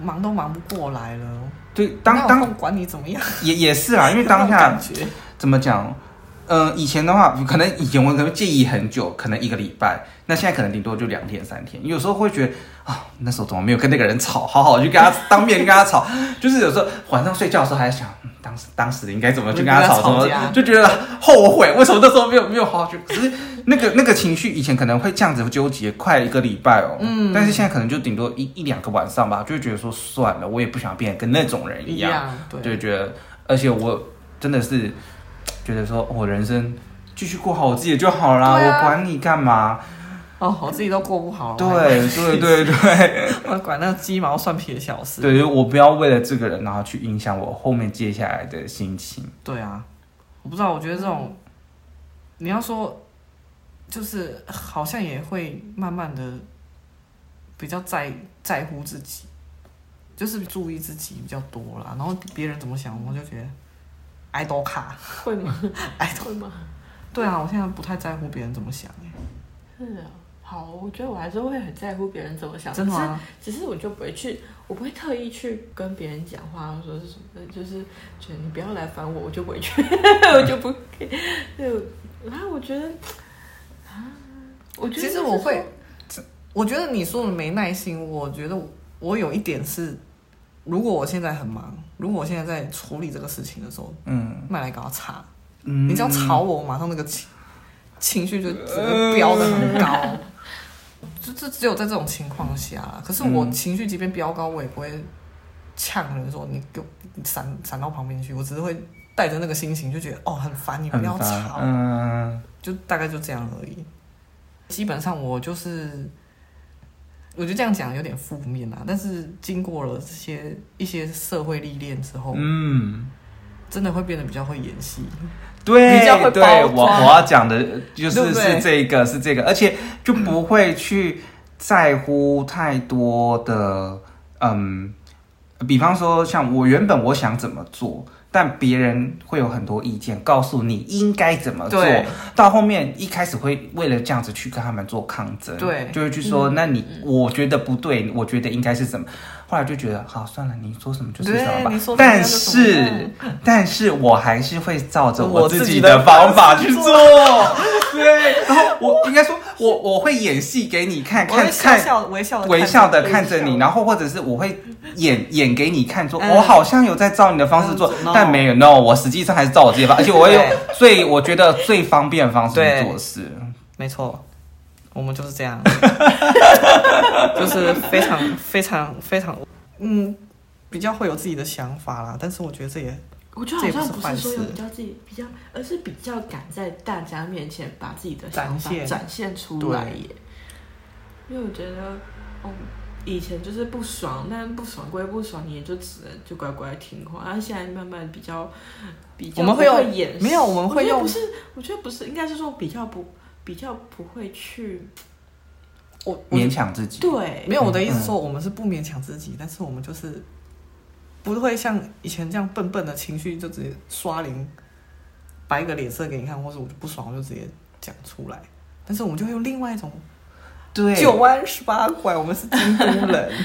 [SPEAKER 1] 忙都忙不过来了，
[SPEAKER 3] 对，
[SPEAKER 1] 我
[SPEAKER 3] 当
[SPEAKER 1] 哪有
[SPEAKER 3] 当
[SPEAKER 1] 空管你怎么样？
[SPEAKER 3] 也也是啊啦，因为
[SPEAKER 1] 那
[SPEAKER 3] 当
[SPEAKER 1] 种
[SPEAKER 3] 下
[SPEAKER 1] 感觉
[SPEAKER 3] 怎么讲？嗯、以前的话，可能以前我可能介意很久，可能一个礼拜，那现在可能顶多就两天三天。有时候会觉得啊，那时候怎么没有跟那个人吵，好好去跟他 当面跟他吵。就是有时候晚上睡觉的时候还在想，嗯当时当时应该怎么去跟他吵，什么
[SPEAKER 1] 跟他吵架
[SPEAKER 3] 就觉得啊后悔，为什么那时候没有没有好好去？可是那个那个情绪以前可能会这样子纠结快一个礼拜哦，嗯，但是现在可能就顶多一一两个晚上吧，就会觉得说算了，我也不想变得跟那种人
[SPEAKER 1] 一
[SPEAKER 3] 一样。
[SPEAKER 1] 样，
[SPEAKER 3] 就
[SPEAKER 1] 对，
[SPEAKER 3] 觉得，而且我真的是觉得说，我人生继续过好我自己的就好啦，
[SPEAKER 1] 对啊
[SPEAKER 3] 我管你干嘛？
[SPEAKER 1] 哦，我自己都过不好了，
[SPEAKER 3] 对
[SPEAKER 1] 我还
[SPEAKER 3] 对对对
[SPEAKER 1] 我管那鸡毛蒜皮的小事，
[SPEAKER 3] 对， 就我不要为了这个人，然后去影响我后面接下来的心情。
[SPEAKER 1] 对啊，我不知道，我觉得这种你要说，就是好像也会慢慢的比较在在乎自己，就是注意自己比较多啦。然后别人怎么想，我就觉得 I don't care。
[SPEAKER 4] 会吗？
[SPEAKER 1] 哎
[SPEAKER 4] 会吗？
[SPEAKER 1] 对啊，我现在不太在乎别人怎么想、欸，
[SPEAKER 2] 是啊，好，我觉得我还是会很在乎别人怎么想，
[SPEAKER 1] 真的吗？
[SPEAKER 2] 只是我就不会去，我不会特意去跟别人讲话，说是什么，就是觉得你不要来烦我，我就不会去，
[SPEAKER 1] 嗯
[SPEAKER 2] 我就不会。对，然后我觉得啊，我觉得
[SPEAKER 1] 其实我会，我觉得你说的没耐心，我觉得我我有一点是，如果我现在很忙，如果我现在在处理这个事情的时候，
[SPEAKER 3] 嗯
[SPEAKER 1] 卖来搞差。
[SPEAKER 3] 嗯，
[SPEAKER 1] 你只要吵我，我马上那个情情绪就整个飙的很高。这这只有在这种情况下啦，可是我
[SPEAKER 3] 嗯
[SPEAKER 1] 情绪即便飙高，我也不会呛人说你给我你闪闪到旁边去，我只是会带着那个心情就觉得哦很烦，你不
[SPEAKER 3] 很
[SPEAKER 1] 要
[SPEAKER 3] 烦
[SPEAKER 1] 吵，
[SPEAKER 3] 嗯，
[SPEAKER 1] 就大概就这样而已。基本上我就是，我觉得这样讲有点负面啦，但是经过了这些一些社会历练之后，
[SPEAKER 3] 嗯。
[SPEAKER 1] 真的会变得比较会演戏。
[SPEAKER 3] 对，
[SPEAKER 1] 比较会
[SPEAKER 3] 对
[SPEAKER 1] 包
[SPEAKER 3] 我
[SPEAKER 1] 装
[SPEAKER 3] 我要讲的就是
[SPEAKER 1] 对不对
[SPEAKER 3] 是这个是这个，而且就不会去在乎太多的，嗯，比方说像我原本我想怎么做，但别人会有很多意见告诉你应该怎么做
[SPEAKER 1] 对，
[SPEAKER 3] 到后面一开始会为了这样子去跟他们做抗争，
[SPEAKER 1] 对嗯
[SPEAKER 3] 就会去说、那你我觉得不对，我觉得应该是怎么。后来就觉得好算了，你说什么就是什么吧
[SPEAKER 1] 对你说。什么
[SPEAKER 3] 但
[SPEAKER 1] 就是什么
[SPEAKER 3] 是， 但是我还是会照着我
[SPEAKER 1] 我
[SPEAKER 3] 自
[SPEAKER 1] 自
[SPEAKER 3] 己
[SPEAKER 1] 己
[SPEAKER 3] 的
[SPEAKER 1] 的
[SPEAKER 3] 方法
[SPEAKER 1] 方式
[SPEAKER 3] 去做。 对，然后我应该说，我我会演戏给你看
[SPEAKER 1] 我会
[SPEAKER 3] 看
[SPEAKER 1] 笑
[SPEAKER 3] 看，
[SPEAKER 1] 笑微笑地
[SPEAKER 3] 微
[SPEAKER 1] 看
[SPEAKER 3] 笑
[SPEAKER 1] 着
[SPEAKER 3] 的看着
[SPEAKER 1] 微
[SPEAKER 3] 你，
[SPEAKER 1] 笑
[SPEAKER 3] 然后或者是我会演演给你看，说
[SPEAKER 1] 嗯
[SPEAKER 3] 我好像有在照你的方式做
[SPEAKER 1] 嗯，no
[SPEAKER 3] 但没有，no，我实际上还是照我自己的方，而且我会用最我觉得最方便的方式去
[SPEAKER 1] 对
[SPEAKER 3] 做事。
[SPEAKER 1] 没错，我们就是这样，就是非常非常非常， 嗯，比较会有自己的想法啦。但是我觉得这也
[SPEAKER 2] 我觉得好
[SPEAKER 1] 这也不
[SPEAKER 2] 像
[SPEAKER 1] 是
[SPEAKER 2] 不
[SPEAKER 1] 坏
[SPEAKER 2] 是说
[SPEAKER 1] 事
[SPEAKER 2] 有比较自己比较，而是比较敢在大家面前把自己的
[SPEAKER 1] 展
[SPEAKER 2] 想法
[SPEAKER 1] 现
[SPEAKER 2] 展现出
[SPEAKER 1] 对
[SPEAKER 2] 来耶。因为我觉得，哦，以前就是不爽，但不爽归不爽，你也就只能就乖乖听话。然后现在慢慢比较，比较
[SPEAKER 1] 我们
[SPEAKER 2] 不
[SPEAKER 1] 会用
[SPEAKER 2] 会演，
[SPEAKER 1] 没有我们会
[SPEAKER 2] 觉得
[SPEAKER 1] 用
[SPEAKER 2] 不是，我觉得不是，应该是说比较不比较不会去
[SPEAKER 1] 我嗯我
[SPEAKER 3] 勉强自己。
[SPEAKER 2] 对
[SPEAKER 1] 没有我的意思说，我们是不勉强自己，但是我们就是不会像以前这样笨笨的情绪就直接刷零，摆一个脸色给你看，或者我就不爽我就直接讲出来。但是我们就会用另外一种
[SPEAKER 3] 对，
[SPEAKER 1] 九弯十八拐，我们是京都人，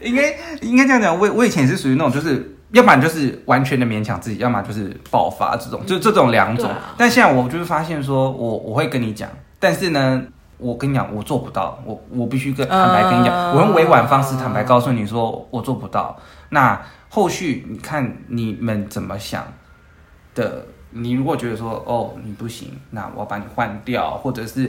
[SPEAKER 3] 应该应该这样讲，我我以前也是属于那种就是。要不然就是完全的勉强自己，要么就是爆发这种，就这种两种。
[SPEAKER 4] 对啊
[SPEAKER 3] 但现在我就是发现说，我我会跟你讲，但是呢，我跟你讲，我做不到，我我必须跟坦白跟你讲，
[SPEAKER 1] 啊
[SPEAKER 3] 我用委婉方式坦白告诉你说我做不到。那后续你看你们怎么想的？你如果觉得说哦你不行，那我要把你换掉，或者是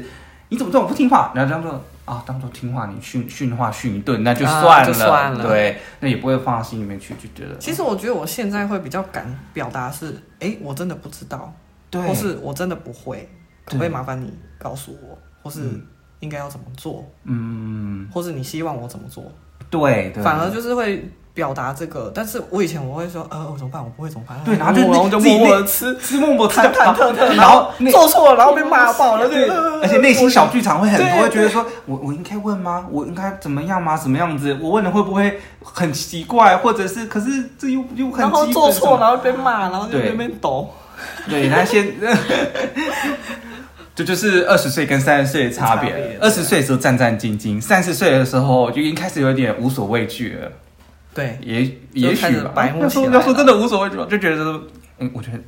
[SPEAKER 3] 你怎么这么不听话，然后当做啊当做听话，你训训话训一顿，那就
[SPEAKER 1] 啊
[SPEAKER 3] 算了，
[SPEAKER 1] 就算了
[SPEAKER 3] 对，那也不会放到心里面去，就觉得
[SPEAKER 1] 其实我觉得我现在会比较敢表达是，哎、我真的不知道，
[SPEAKER 3] 对，
[SPEAKER 1] 或是我真的不会，可不可
[SPEAKER 3] 对
[SPEAKER 1] 以麻烦你告诉我，或是
[SPEAKER 3] 嗯
[SPEAKER 1] 应该要怎么做，
[SPEAKER 3] 嗯，
[SPEAKER 1] 或是你希望我怎么做，
[SPEAKER 3] 对对，
[SPEAKER 1] 反而就是会表达这个。但是我以前我会说，呃，我怎么办？我不会怎么办？
[SPEAKER 3] 对，然后就
[SPEAKER 1] 然后就
[SPEAKER 3] 自己
[SPEAKER 1] 默默
[SPEAKER 3] 内
[SPEAKER 1] 地吃，
[SPEAKER 3] 吃默默吃
[SPEAKER 1] 忐忐忑忑，
[SPEAKER 3] 然后内
[SPEAKER 1] 做错了，然后被骂爆了，
[SPEAKER 3] 对
[SPEAKER 1] 对，呃
[SPEAKER 3] 而且内心小剧场会很
[SPEAKER 1] 对
[SPEAKER 3] 多，会觉得说我我应该问吗？我应该怎么样吗？什么样子？我问了会不会很奇怪？或者是可是这又又很
[SPEAKER 1] 然后
[SPEAKER 3] 基本
[SPEAKER 1] 做
[SPEAKER 3] 什么
[SPEAKER 1] 错，然后被骂，然后就
[SPEAKER 3] 对
[SPEAKER 1] 在那边抖。
[SPEAKER 3] 对，那先，这就是二十岁跟三十岁的差
[SPEAKER 1] 差
[SPEAKER 3] 别
[SPEAKER 1] 别。啊
[SPEAKER 3] 二十岁的时候战战兢兢，三十岁的时候就已经开始有点无所畏惧了，
[SPEAKER 1] 对，
[SPEAKER 3] 也也
[SPEAKER 1] 就开
[SPEAKER 3] 许
[SPEAKER 1] 始
[SPEAKER 3] 吧。
[SPEAKER 1] 白目
[SPEAKER 3] 要说
[SPEAKER 1] 起来
[SPEAKER 3] 要说
[SPEAKER 1] 了
[SPEAKER 3] 真的无所畏惧吧，就觉得说，嗯，我觉得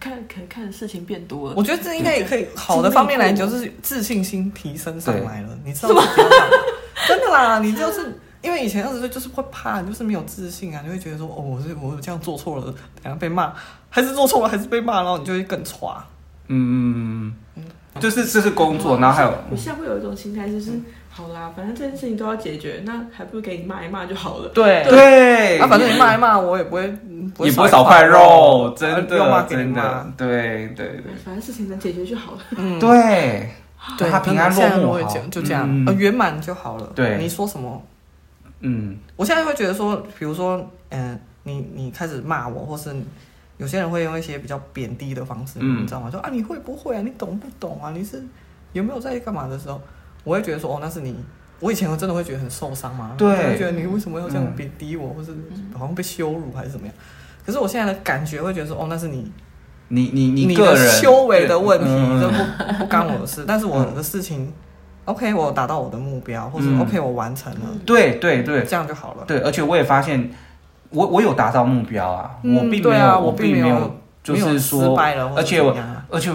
[SPEAKER 2] 看可能看的事情变多了
[SPEAKER 1] 我。觉得这应该也可以。好的方面来讲，就是自信心提升上来了，你知道吗？真的啦，你就是因为以前二十岁就是会怕，你就是没有自信啊，你会觉得说，哦，我是我这样做错了，等下被骂，还是做错了，还是被骂，然后你就会更差。
[SPEAKER 3] 嗯，就是这是工作，然后还有
[SPEAKER 4] 我现在会有一种心态，
[SPEAKER 1] 嗯
[SPEAKER 4] 就是好啦，反正这件事情都要解决，那还不如给你骂一骂就好了。
[SPEAKER 1] 对
[SPEAKER 3] 对，
[SPEAKER 1] 啊，反正你骂一骂，我也不会，
[SPEAKER 3] 也不会少块肉，真
[SPEAKER 1] 要骂
[SPEAKER 3] 的
[SPEAKER 1] 给你
[SPEAKER 3] 真
[SPEAKER 1] 骂
[SPEAKER 3] 的，。对对
[SPEAKER 4] 反正事情能解决就好了。
[SPEAKER 1] 嗯啊
[SPEAKER 3] 对，对，
[SPEAKER 1] 对，
[SPEAKER 3] 他平安
[SPEAKER 1] 真的现在
[SPEAKER 3] 落
[SPEAKER 1] 都
[SPEAKER 3] 幕
[SPEAKER 1] 会
[SPEAKER 3] 好
[SPEAKER 1] 这样，就这样，
[SPEAKER 3] 嗯
[SPEAKER 1] 呃，圆满就好了。
[SPEAKER 3] 对
[SPEAKER 1] 你说什么？
[SPEAKER 3] 嗯，
[SPEAKER 1] 我现在会觉得说，比如说，嗯、你你开始骂我，或是有些人会用一些比较贬低的方式，
[SPEAKER 3] 嗯
[SPEAKER 1] 你知道吗？说啊，你会不会啊？你懂不懂啊？你是有没有在干嘛的时候，我会觉得说，哦，那是你。我以前我真的会觉得很受伤嘛，
[SPEAKER 3] 对
[SPEAKER 1] 我会觉得你为什么要这样
[SPEAKER 3] 嗯
[SPEAKER 1] 贬低我，或是好像被羞辱还是怎么样？可是我现在的感觉会觉得说，哦，那是你
[SPEAKER 3] 你你
[SPEAKER 1] 你的
[SPEAKER 3] 个人
[SPEAKER 1] 修为的问题，
[SPEAKER 3] 嗯
[SPEAKER 1] 这 不不干我的事。但是我的事情，OK，我达到我的目标，或者
[SPEAKER 3] 嗯
[SPEAKER 1] OK，我完成了，
[SPEAKER 3] 对对对，
[SPEAKER 1] 这样就好了。
[SPEAKER 3] 对，而且我也发现，我我有达到目标啊，
[SPEAKER 1] 嗯
[SPEAKER 3] 我并没
[SPEAKER 1] 对
[SPEAKER 3] 有，
[SPEAKER 1] 啊
[SPEAKER 3] 我
[SPEAKER 1] 我并
[SPEAKER 3] 没
[SPEAKER 1] 没有
[SPEAKER 3] 就
[SPEAKER 1] 没有
[SPEAKER 3] 是
[SPEAKER 1] 失
[SPEAKER 3] 说，
[SPEAKER 1] 败了，
[SPEAKER 3] 而且
[SPEAKER 1] 我
[SPEAKER 3] 我，而且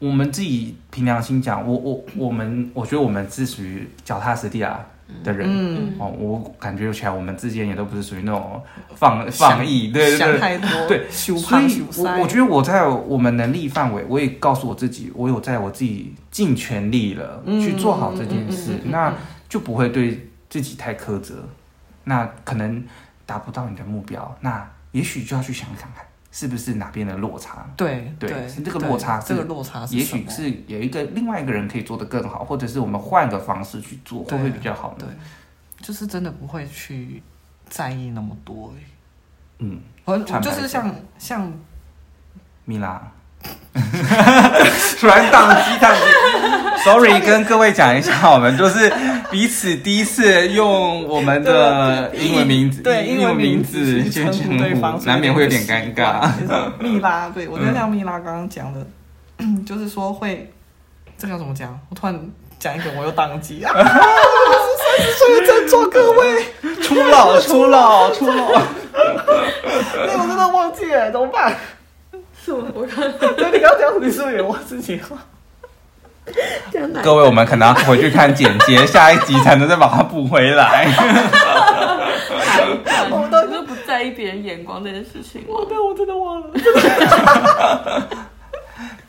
[SPEAKER 3] 我们自己凭良心讲，我我我们，我觉得我们是属于脚踏实地啊的人。
[SPEAKER 1] 嗯，
[SPEAKER 3] 哦，我感觉起来，我们之间也都不是属于那种放放逸，对对
[SPEAKER 1] 想
[SPEAKER 3] 对。
[SPEAKER 1] 太多，
[SPEAKER 3] 对
[SPEAKER 1] 修
[SPEAKER 3] 所
[SPEAKER 1] 哦胖
[SPEAKER 3] 以
[SPEAKER 1] 修，
[SPEAKER 3] 我
[SPEAKER 1] 塞，
[SPEAKER 3] 我觉得我在我们能力范围，我也告诉我自己，我有在我自己尽全力了、
[SPEAKER 1] 嗯
[SPEAKER 3] 去做好这件事，
[SPEAKER 1] 嗯嗯嗯嗯
[SPEAKER 3] 那就不会对自己太苛责。那可能达不到你的目标，那也许就要去想想看，是不是哪边的落差，
[SPEAKER 1] 对
[SPEAKER 3] 对
[SPEAKER 1] 对
[SPEAKER 3] 是这个落差
[SPEAKER 1] 对这
[SPEAKER 3] 是
[SPEAKER 1] 个落差啊是
[SPEAKER 3] 也
[SPEAKER 1] 什么
[SPEAKER 3] 许是有一个另外一个人可以做得更好，或者是我们换个方式去做，会
[SPEAKER 1] 对啊
[SPEAKER 3] 不会比较好呢
[SPEAKER 1] 对？，就是真的不会去在意那么多。欸
[SPEAKER 3] 嗯，
[SPEAKER 1] 我
[SPEAKER 3] 坦白
[SPEAKER 1] 就
[SPEAKER 3] 说
[SPEAKER 1] 是像像
[SPEAKER 3] 米拉， 突然宕机，宕机。Sorry，跟各位讲一下，我们就是彼此第一次用我们的英文名字，
[SPEAKER 1] 对
[SPEAKER 3] 英
[SPEAKER 1] 英文
[SPEAKER 3] 名
[SPEAKER 1] 字
[SPEAKER 3] 字
[SPEAKER 1] 去
[SPEAKER 3] 先
[SPEAKER 1] 称呼对方，所以
[SPEAKER 3] 难免会有点尴尬。嗯
[SPEAKER 1] 有点不习惯。就是蜜拉，对我觉得像蜜拉刚刚讲的， 就是说会，这个要怎么讲？我突然讲一个，我又宕机啊！ 三十岁的症状，各位，
[SPEAKER 3] 初 老，初老，初老。
[SPEAKER 1] 那我真的忘记了，怎么办？
[SPEAKER 4] 是我我刚
[SPEAKER 1] 对，你刚刚讲你是不是也忘自己话？
[SPEAKER 4] 这样来
[SPEAKER 3] 各位，我们可能要回去看简介，下一集才能再把它补回来。
[SPEAKER 2] 我
[SPEAKER 1] 们都
[SPEAKER 2] 都不在意别人眼光这件事情吗？
[SPEAKER 1] 哦我对我真的忘了。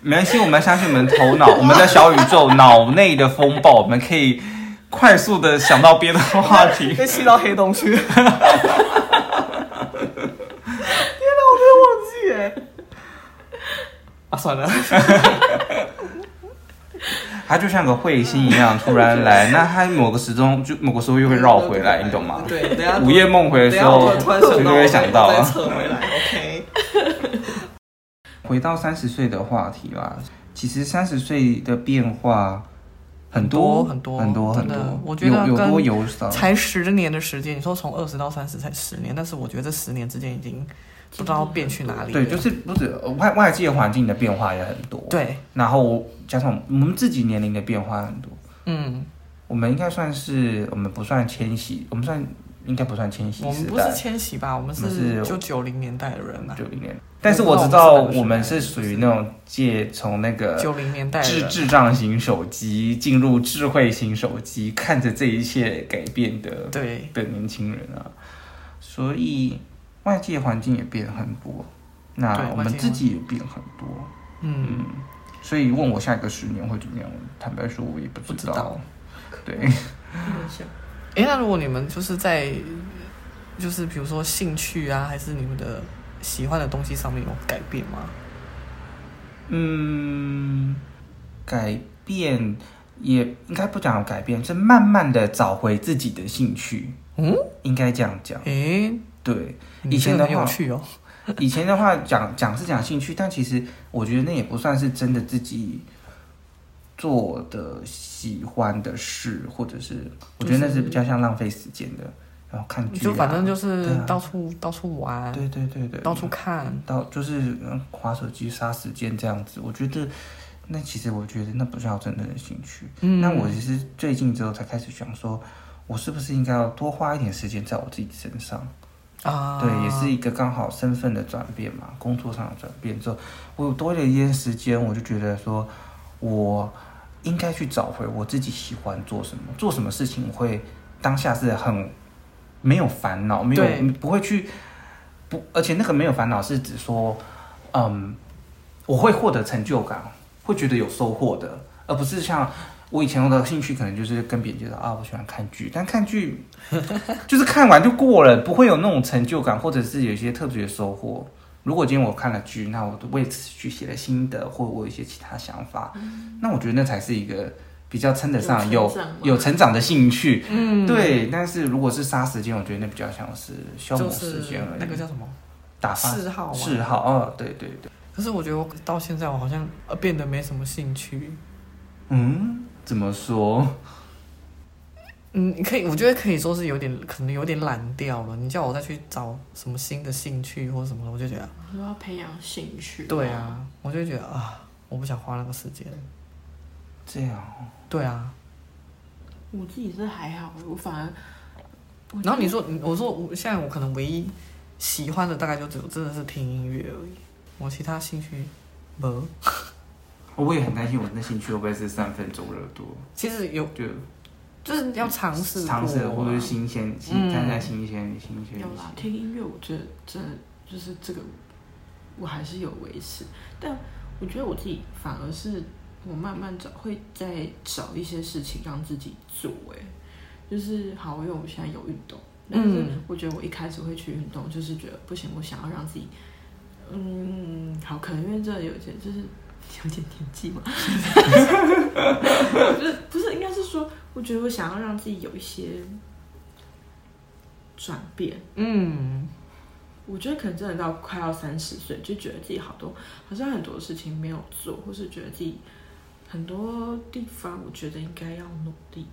[SPEAKER 3] 没关系，我们相信我们的头 脑，我们的小宇宙脑内的风暴，我们可以快速的想到别的话题。
[SPEAKER 1] 被吸到黑洞去。天哪，我真的忘记哎！啊，算了，
[SPEAKER 3] 它就像个彗星一样突然来，那它某个时钟就某个时候又会绕回来，你懂吗？
[SPEAKER 1] 对，等一下
[SPEAKER 3] 午夜梦回的
[SPEAKER 1] 等一
[SPEAKER 3] 时
[SPEAKER 1] 下
[SPEAKER 3] 候，
[SPEAKER 1] 我突然
[SPEAKER 3] 就
[SPEAKER 1] 想到，
[SPEAKER 3] 会想到
[SPEAKER 1] 我再
[SPEAKER 3] 啊。
[SPEAKER 1] 撤回来，OK。
[SPEAKER 3] 回到三十岁的话题啦，其实三十岁的变化很
[SPEAKER 1] 很多
[SPEAKER 3] 很
[SPEAKER 1] 很
[SPEAKER 3] 多
[SPEAKER 1] 多
[SPEAKER 3] 很
[SPEAKER 1] 真的
[SPEAKER 3] 多，
[SPEAKER 1] 我觉得
[SPEAKER 3] 有有
[SPEAKER 1] 跟
[SPEAKER 3] 多有少。
[SPEAKER 1] 才十年的时间，你说从二十到三十才十年，但是我觉得这十年之间已经不知道变去哪里了。
[SPEAKER 3] 对，就是不止呃外外界环境的变化也很多，，
[SPEAKER 1] 对，
[SPEAKER 3] 然后加上我们自己年龄的变化很多，
[SPEAKER 1] 嗯，
[SPEAKER 3] 我们应该算是我们不算千禧，我们算应该不算千禧
[SPEAKER 1] 我们
[SPEAKER 3] 时
[SPEAKER 1] 不是
[SPEAKER 3] 代，
[SPEAKER 1] 千禧吧，我们
[SPEAKER 3] 我
[SPEAKER 1] 是
[SPEAKER 3] 们是
[SPEAKER 1] 就九零年代的人啊，
[SPEAKER 3] 嗯九零年，但是我知道我们是属于那种借从那个
[SPEAKER 1] 九零年代的
[SPEAKER 3] 智
[SPEAKER 1] 人。
[SPEAKER 3] 智障型手机进入智慧型手机，看着这一切改变的
[SPEAKER 1] 对，
[SPEAKER 3] 的年轻人啊，所以外界环境也变很多，
[SPEAKER 1] 对
[SPEAKER 3] 那我
[SPEAKER 1] 外
[SPEAKER 3] 们
[SPEAKER 1] 界
[SPEAKER 3] 自己也变很多，
[SPEAKER 1] 嗯，
[SPEAKER 3] 所以问我下一个十年会怎么样，坦白说我也不
[SPEAKER 1] 不知
[SPEAKER 3] 知
[SPEAKER 1] 道
[SPEAKER 3] 道。对，
[SPEAKER 4] 很像
[SPEAKER 1] 诶，那如果你们就是在，就是比如说兴趣啊，还是你们的喜欢的东西上面有改变吗？
[SPEAKER 3] 嗯，改变也应该不讲改变，是慢慢的找回自己的兴趣，
[SPEAKER 1] 嗯，
[SPEAKER 3] 应该这样讲。
[SPEAKER 1] 诶，
[SPEAKER 3] 对，
[SPEAKER 1] 你
[SPEAKER 3] 以前
[SPEAKER 1] 这个
[SPEAKER 3] 的
[SPEAKER 1] 很有
[SPEAKER 3] 话
[SPEAKER 1] 趣哦，
[SPEAKER 3] 以前的话讲讲是讲兴趣，但其实我觉得那也不算是真的自己做的喜欢的事，或者是我觉得那是比较像浪费时间的，然后看剧、啊，
[SPEAKER 1] 就反正就是
[SPEAKER 3] 对啊
[SPEAKER 1] 到处、到处玩，
[SPEAKER 3] 对对对对，
[SPEAKER 1] 到处看，
[SPEAKER 3] 到就是嗯划手机杀时间这样子，我觉得那其实我觉得那不是我真正的兴趣。
[SPEAKER 1] 嗯，
[SPEAKER 3] 那我其实最近之后才开始想说，我是不是应该要多花一点时间在我自己身上？
[SPEAKER 1] 啊，
[SPEAKER 3] 对，也是一个刚好身份的转变嘛，工作上的转变之后，我有多了一些时间，我就觉得说，我应该去找回我自己喜欢做什么，做什么事情我会当下是很没有烦恼，没
[SPEAKER 1] 对
[SPEAKER 3] 有不会去不，而且那个没有烦恼是指说，嗯，我会获得成就感，会觉得有收获的，而不是像。我以前我的兴趣可能就是跟别人介绍啊，我喜欢看剧，但看剧 就是看完就过了，不会有那种成就感，或者是有一些特别的收获。如果今天我看了剧，那我为此去写了心得，或我有一些其他想法，那我觉得那才是一个比较称得上
[SPEAKER 4] 嗯有
[SPEAKER 3] 有
[SPEAKER 4] 成长吗
[SPEAKER 3] 有成长的兴趣。
[SPEAKER 1] 嗯，
[SPEAKER 3] 对，但是如果是杀时间，我觉得那比较像是消磨
[SPEAKER 1] 就
[SPEAKER 3] 时
[SPEAKER 1] 是
[SPEAKER 3] 间而已。
[SPEAKER 1] 那个叫什么
[SPEAKER 3] 打发
[SPEAKER 1] 嗜好嘛。
[SPEAKER 3] 嗜好哦，对对对，
[SPEAKER 1] 可是我觉得我到现在我好像呃变得没什么兴趣。
[SPEAKER 3] 嗯，怎么说？
[SPEAKER 1] 嗯，你可以，我觉得可以说是有点，可能有点懒掉了。你叫我再去找什么新的兴趣或什么的，我就觉得，
[SPEAKER 4] 说要培养兴趣，
[SPEAKER 1] 对，啊，我就会觉得啊，我不想花那个时间。
[SPEAKER 3] 这样哦
[SPEAKER 1] 对啊，
[SPEAKER 4] 我自己是还好，我反而
[SPEAKER 1] 然后你说，你我说我现在我可能唯一喜欢的大概就只有真的是听音乐而已，我其他兴趣没。
[SPEAKER 3] 哦我也很担心我的兴趣会不会是三分钟热度，
[SPEAKER 1] 其实有
[SPEAKER 3] 就
[SPEAKER 1] 就是要尝试过
[SPEAKER 3] 尝试
[SPEAKER 1] 啊
[SPEAKER 3] 或者是新鲜，新
[SPEAKER 1] 嗯
[SPEAKER 3] 看看新鲜新鲜。
[SPEAKER 4] 有啦，听音乐，我觉得真的就是这个，我还是有维持。但我觉得我自己反而是我慢慢找，会再找一些事情让自己做、欸。就是好，因为我现在有运动，但是
[SPEAKER 1] 嗯
[SPEAKER 4] 我觉得我一开始会去运动，就是觉得不行，我想要让自己，嗯，好，可能因为这有些就是有点年纪嘛， 就是不是应该是说，我觉得我想要让自己有一些转变。
[SPEAKER 1] 嗯，
[SPEAKER 4] 我觉得可能真的到快要三十岁，就觉得自己好多好像很多事情没有做，或是觉得自己很多地方我觉得应该要努力，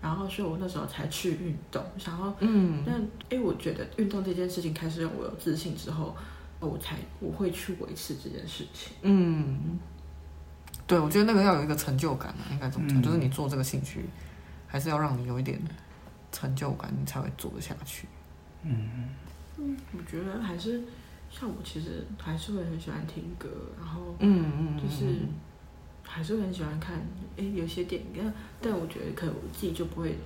[SPEAKER 4] 然后所以我那时候才去运动，想要
[SPEAKER 1] 嗯
[SPEAKER 4] 但哎，我觉得运动这件事情开始让我有自信之后，我才我会去维持这件事情。
[SPEAKER 1] 嗯，对，我觉得那个要有一个成就感啊，应该怎么讲？
[SPEAKER 3] 嗯
[SPEAKER 1] 就是你做这个兴趣，还是要让你有一点成就感，你才会做得下去。
[SPEAKER 3] 嗯，
[SPEAKER 4] 我觉得还是像我其实还是会很喜欢听歌，然后
[SPEAKER 1] 嗯嗯，
[SPEAKER 4] 就是还是很喜欢看，诶，有些电影，但但我觉得可能我自己就不会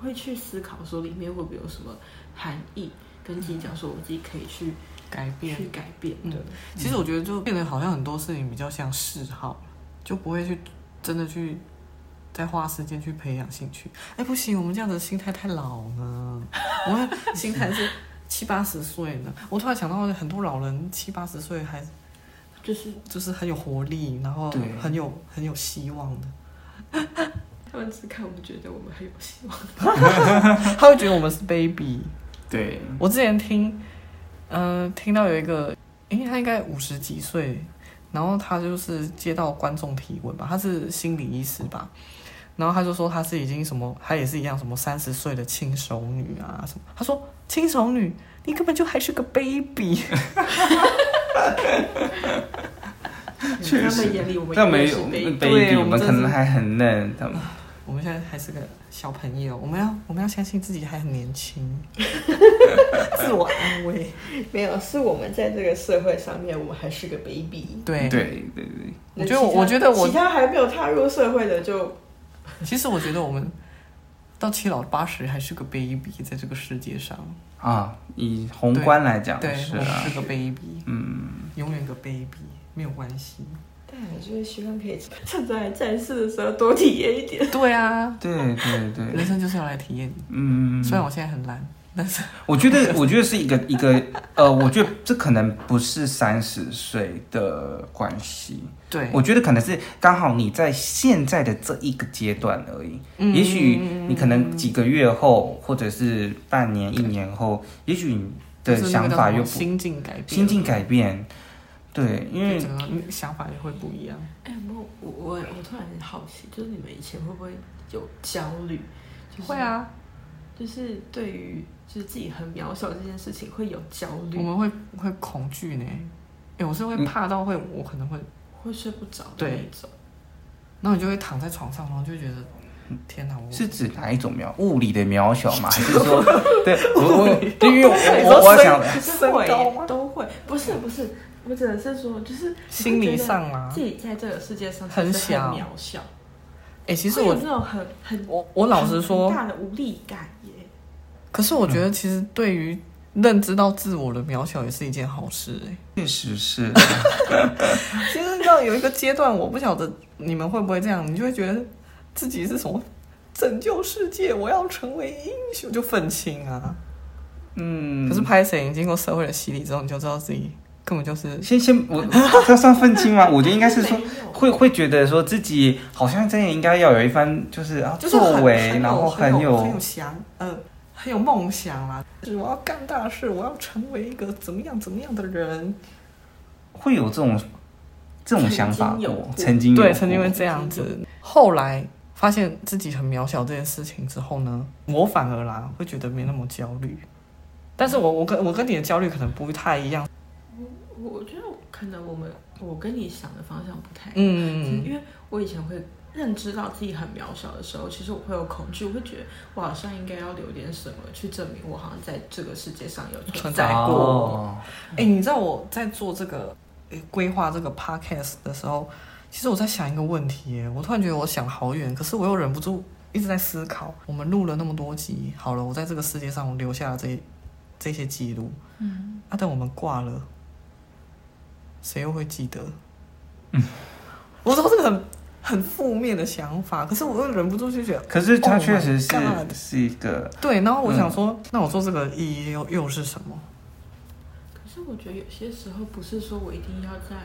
[SPEAKER 4] 会去思考说里面会不会有什么含义，跟自己讲说我自己可以去
[SPEAKER 1] 改变。
[SPEAKER 4] 去改变
[SPEAKER 1] 嗯
[SPEAKER 4] 的。
[SPEAKER 1] 其实我觉得就变得好像很多事情比较像嗜好，就不会去真的去再花时间去培养兴趣。哎，不行，我们这样子心态太老了，我们心态是七八十岁呢。我突然想到，很多老人七八十岁还
[SPEAKER 4] 就是
[SPEAKER 1] 就是很有活力，然后
[SPEAKER 3] 对
[SPEAKER 1] 很有很有希望的。
[SPEAKER 4] 他们只看我们觉得我们很有希望，
[SPEAKER 1] 他会觉得我们是 baby。
[SPEAKER 3] 对，
[SPEAKER 1] 我之前听，嗯、听到有一个，因为他应该五十几岁，然后他就是接到观众提问吧，他是心理医师吧，然后他就说他是已经什么，他也是一样什么三十岁的轻熟女啊什么，他说轻熟女，你根本就还是个 baby。
[SPEAKER 4] 在他们眼里我们
[SPEAKER 3] 但没
[SPEAKER 4] 有
[SPEAKER 3] 有
[SPEAKER 4] 被
[SPEAKER 3] baby，
[SPEAKER 1] 对
[SPEAKER 3] 我
[SPEAKER 1] 我
[SPEAKER 3] 们
[SPEAKER 1] 们
[SPEAKER 3] 可
[SPEAKER 1] 真
[SPEAKER 3] 能
[SPEAKER 1] 是
[SPEAKER 3] 还很嫩，他们
[SPEAKER 1] 我们现在还是个小朋友，我们要我们要相信自己还很年轻， 自我安慰。
[SPEAKER 4] 没有，是我们在这个社会上面，我们还是个 baby。
[SPEAKER 1] 对，
[SPEAKER 3] 对对对，
[SPEAKER 1] 我觉得我我觉得我
[SPEAKER 4] 其他还没有踏入社会的就
[SPEAKER 1] 其实我觉得我们到七老八十还是个 baby，在这个世界上，
[SPEAKER 3] 啊，以宏观来讲
[SPEAKER 1] 对，
[SPEAKER 3] 是
[SPEAKER 1] 我们
[SPEAKER 3] 啊
[SPEAKER 1] 是，个 baby，
[SPEAKER 3] 嗯，
[SPEAKER 1] 永远个 baby，没有关系。
[SPEAKER 4] 但我就是希望可以趁着还在世的时候多体验一点。
[SPEAKER 1] 对啊，
[SPEAKER 3] 对对对
[SPEAKER 1] 人，生就是要来体验。
[SPEAKER 3] 嗯，
[SPEAKER 1] 虽然我现在很懒，但是
[SPEAKER 3] 我觉得，我觉得是一个一个，呃，我觉得这可能不是三十岁的关系，
[SPEAKER 1] 对，
[SPEAKER 3] 我觉得可能是刚好你在现在的这一个阶段而已。
[SPEAKER 1] 嗯
[SPEAKER 3] 也许你可能几个月后，或者是半年、一年后，也许你的
[SPEAKER 1] 就是那
[SPEAKER 3] 想
[SPEAKER 1] 个叫
[SPEAKER 3] 法
[SPEAKER 1] 什么
[SPEAKER 3] 又不
[SPEAKER 1] 心境改变，
[SPEAKER 3] 心境改变。对，因
[SPEAKER 1] 对
[SPEAKER 3] 为
[SPEAKER 1] 整个想法也会不一样。
[SPEAKER 4] 哎，我我我我突然很好奇，就是你们以前会不会有焦虑？就是、
[SPEAKER 1] 会，啊，
[SPEAKER 4] 就是对于就是自己很渺小这件事情会有焦
[SPEAKER 1] 我
[SPEAKER 4] 虑，
[SPEAKER 1] 们会会恐惧呢。哎、我是
[SPEAKER 3] 嗯
[SPEAKER 1] 会怕到会，我可能会，
[SPEAKER 4] 会睡不着的
[SPEAKER 1] 对
[SPEAKER 4] 那种。
[SPEAKER 1] 然后你就会躺在床上，然后就觉得，天哪，我
[SPEAKER 3] 嗯是指哪一种渺？物理的渺小 吗？还是说， 对我我，对因为我
[SPEAKER 1] 你
[SPEAKER 3] 我
[SPEAKER 1] 说
[SPEAKER 3] 我我
[SPEAKER 1] 身
[SPEAKER 3] 想，
[SPEAKER 4] 就是
[SPEAKER 1] 身高
[SPEAKER 4] 会
[SPEAKER 1] 吗
[SPEAKER 4] 都会，不是不是，我只能是说，就是
[SPEAKER 1] 心理上啊啦、
[SPEAKER 4] 自己在这个世界上
[SPEAKER 1] 很
[SPEAKER 4] 其实
[SPEAKER 1] 小
[SPEAKER 4] 很渺小，
[SPEAKER 1] 哎、其实
[SPEAKER 4] 会有
[SPEAKER 1] 我
[SPEAKER 4] 那种很很
[SPEAKER 1] 我我老实说
[SPEAKER 4] 很，大的无力感耶。
[SPEAKER 1] 可是我觉
[SPEAKER 3] 嗯
[SPEAKER 1] 得其实对于认知到自我的渺小也是一件好事哎、
[SPEAKER 3] 确 实是，
[SPEAKER 1] 其实你知道有一个阶段，我不晓得你们会不会这样，你就会觉得自己是什么拯救世界，我要成为英雄，就愤青啊。
[SPEAKER 3] 嗯，
[SPEAKER 1] 可是拍谁，你经过社会的洗礼之后，你就知道自己根本就是
[SPEAKER 3] 先先我这算愤青吗？我觉得应该 是说
[SPEAKER 4] 没有
[SPEAKER 3] 会会觉得说自己好像真的应该要有一番就是啊
[SPEAKER 1] 就是很
[SPEAKER 3] 作为，
[SPEAKER 1] 很
[SPEAKER 3] 然后
[SPEAKER 1] 很有很
[SPEAKER 3] 有
[SPEAKER 1] 有想呃很有梦想啦，就是我要干大事，我要成为一个怎么样怎么样的人。
[SPEAKER 3] 会有这种这种想法
[SPEAKER 4] 曾经有
[SPEAKER 3] 过
[SPEAKER 4] 过，
[SPEAKER 3] 曾经有
[SPEAKER 1] 对，
[SPEAKER 3] 过
[SPEAKER 1] 曾经会这样子。后来发现自己很渺小这件事情之后呢，我反而啦会觉得没那么焦虑。但是我我跟我跟你的焦虑可能不太一样，
[SPEAKER 4] 我我觉得可能我们我跟你想的方向不太一样
[SPEAKER 1] 嗯，
[SPEAKER 4] 因为我以前会认知到自己很渺小的时候，其实我会有恐惧，我会觉得我好像应该要留点什么去证明我好像在这个世界上有存
[SPEAKER 1] 存
[SPEAKER 4] 在
[SPEAKER 1] 在
[SPEAKER 4] 过。
[SPEAKER 1] 过
[SPEAKER 3] 哦
[SPEAKER 1] 哎、你知道我在做这个呃规划这个 podcast 的时候，其实我在想一个问题耶，我突然觉得我想好远，可是我又忍不住一直在思考。我们录了那么多集，好了，我在这个世界上我留下了这这些记录，嗯，啊，但我们挂了，谁又会记得？嗯，我知道这个很很负面的想法，可是我又忍不住就觉得，
[SPEAKER 3] 可是它
[SPEAKER 1] Oh my
[SPEAKER 3] 确实是
[SPEAKER 1] God
[SPEAKER 3] 是一个
[SPEAKER 1] 对，然后
[SPEAKER 3] 嗯
[SPEAKER 1] 我想说，那我做这个意义又又是什么？
[SPEAKER 4] 可是我觉得有些时候不是说我一定要在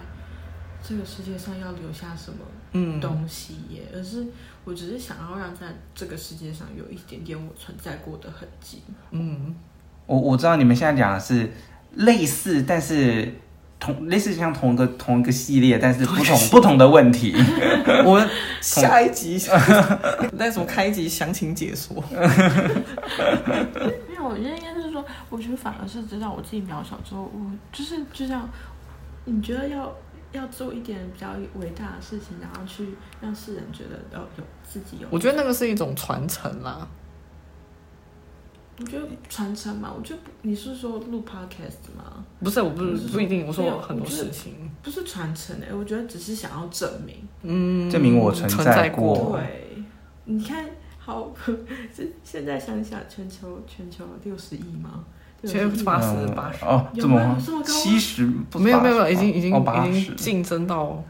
[SPEAKER 4] 这个世界上要留下什么
[SPEAKER 1] 嗯，
[SPEAKER 4] 东西耶，而是我只是想要让在这个世界上有一点点我存在过的痕迹。
[SPEAKER 1] 嗯，
[SPEAKER 3] 我我知道你们现在讲的是类似，但是同类似像同一个同一个系列，但是不同不同的问题。
[SPEAKER 1] 我们 下一集那什么开集详情解说。
[SPEAKER 4] 没有，我觉得应该是说，我觉得反而是知道我自己渺小之后，我就是就像你觉得要要做一点比较伟大的事情，然后去让世人觉得要有自己有。
[SPEAKER 1] 我觉得那个是一种传承啦，
[SPEAKER 4] 我觉得传承嘛，我觉得不你是说录 podcast 吗？
[SPEAKER 1] 不是，我不
[SPEAKER 3] 嗯
[SPEAKER 4] 不是
[SPEAKER 1] 不一定，我
[SPEAKER 4] 没
[SPEAKER 1] 说
[SPEAKER 4] 有
[SPEAKER 1] 很多
[SPEAKER 4] 我觉得
[SPEAKER 1] 事情，
[SPEAKER 4] 不是传承哎诶、我觉得只是想要证明。
[SPEAKER 1] 嗯，
[SPEAKER 3] 证明我存
[SPEAKER 1] 存
[SPEAKER 3] 在
[SPEAKER 1] 过，
[SPEAKER 3] 过
[SPEAKER 4] 对，你看，好， 这现在想想，全球全球六十亿吗？
[SPEAKER 1] 现在
[SPEAKER 4] 60亿
[SPEAKER 1] 八十
[SPEAKER 3] 嗯
[SPEAKER 1] 八十
[SPEAKER 3] 哦，
[SPEAKER 4] 有
[SPEAKER 3] 这么
[SPEAKER 4] 吗
[SPEAKER 3] 吗
[SPEAKER 4] 有这么高吗
[SPEAKER 3] 七十不是
[SPEAKER 1] 没有没有，没
[SPEAKER 3] 八
[SPEAKER 1] 有
[SPEAKER 3] 十
[SPEAKER 1] 已经
[SPEAKER 3] 吧
[SPEAKER 1] 已经
[SPEAKER 3] 哦八
[SPEAKER 1] 已经
[SPEAKER 3] 十
[SPEAKER 1] 竞争到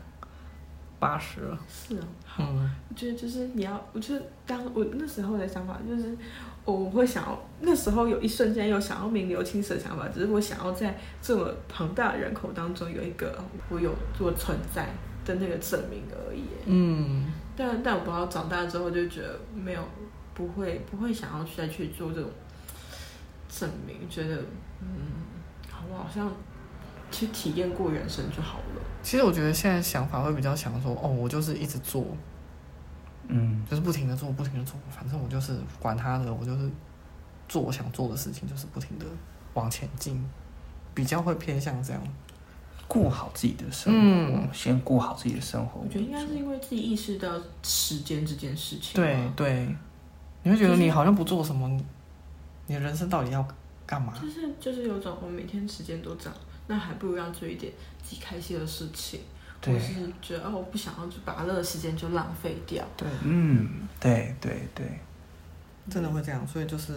[SPEAKER 1] 八十了，
[SPEAKER 4] 是哦，好。
[SPEAKER 1] 嗯，
[SPEAKER 4] 我觉得就是你要，我就是当我那时候的想法就是，我会想要那时候有一瞬间有想要名留青史的想法，只是我想要在这么庞大的人口当中有一个我有我存在的那个证明而已。
[SPEAKER 1] 嗯，
[SPEAKER 4] 但但我不知道长大之后就觉得没有不会不会想要去再去做这种证明，觉得嗯，好我好像去体验过人生就好了。
[SPEAKER 1] 其实我觉得现在想法会比较想说，哦，我就是一直做，
[SPEAKER 3] 嗯，
[SPEAKER 1] 嗯就是不停的做，不停的做，反正我就是管他的，我就是做我想做的事情，就是不停的往前进，比较会偏向这样。
[SPEAKER 3] 顾好自己的生活，
[SPEAKER 1] 嗯
[SPEAKER 3] 先顾好自己的生活
[SPEAKER 4] 我。觉得应该是因为自己意识到时间这件事情
[SPEAKER 1] 对
[SPEAKER 4] 吧，
[SPEAKER 1] 对，你会觉得
[SPEAKER 4] 就是
[SPEAKER 1] 你好像不做什么，你你的人生到底要干嘛？
[SPEAKER 4] 就是就是有种我每天时间都这样，那还不如让做一点自己开心的事情，或
[SPEAKER 1] 对
[SPEAKER 4] 者是觉得哦，我不想要就把那个时间就浪费掉。
[SPEAKER 1] 对，
[SPEAKER 3] 嗯，对对对，
[SPEAKER 1] 真的会这样，所以就是。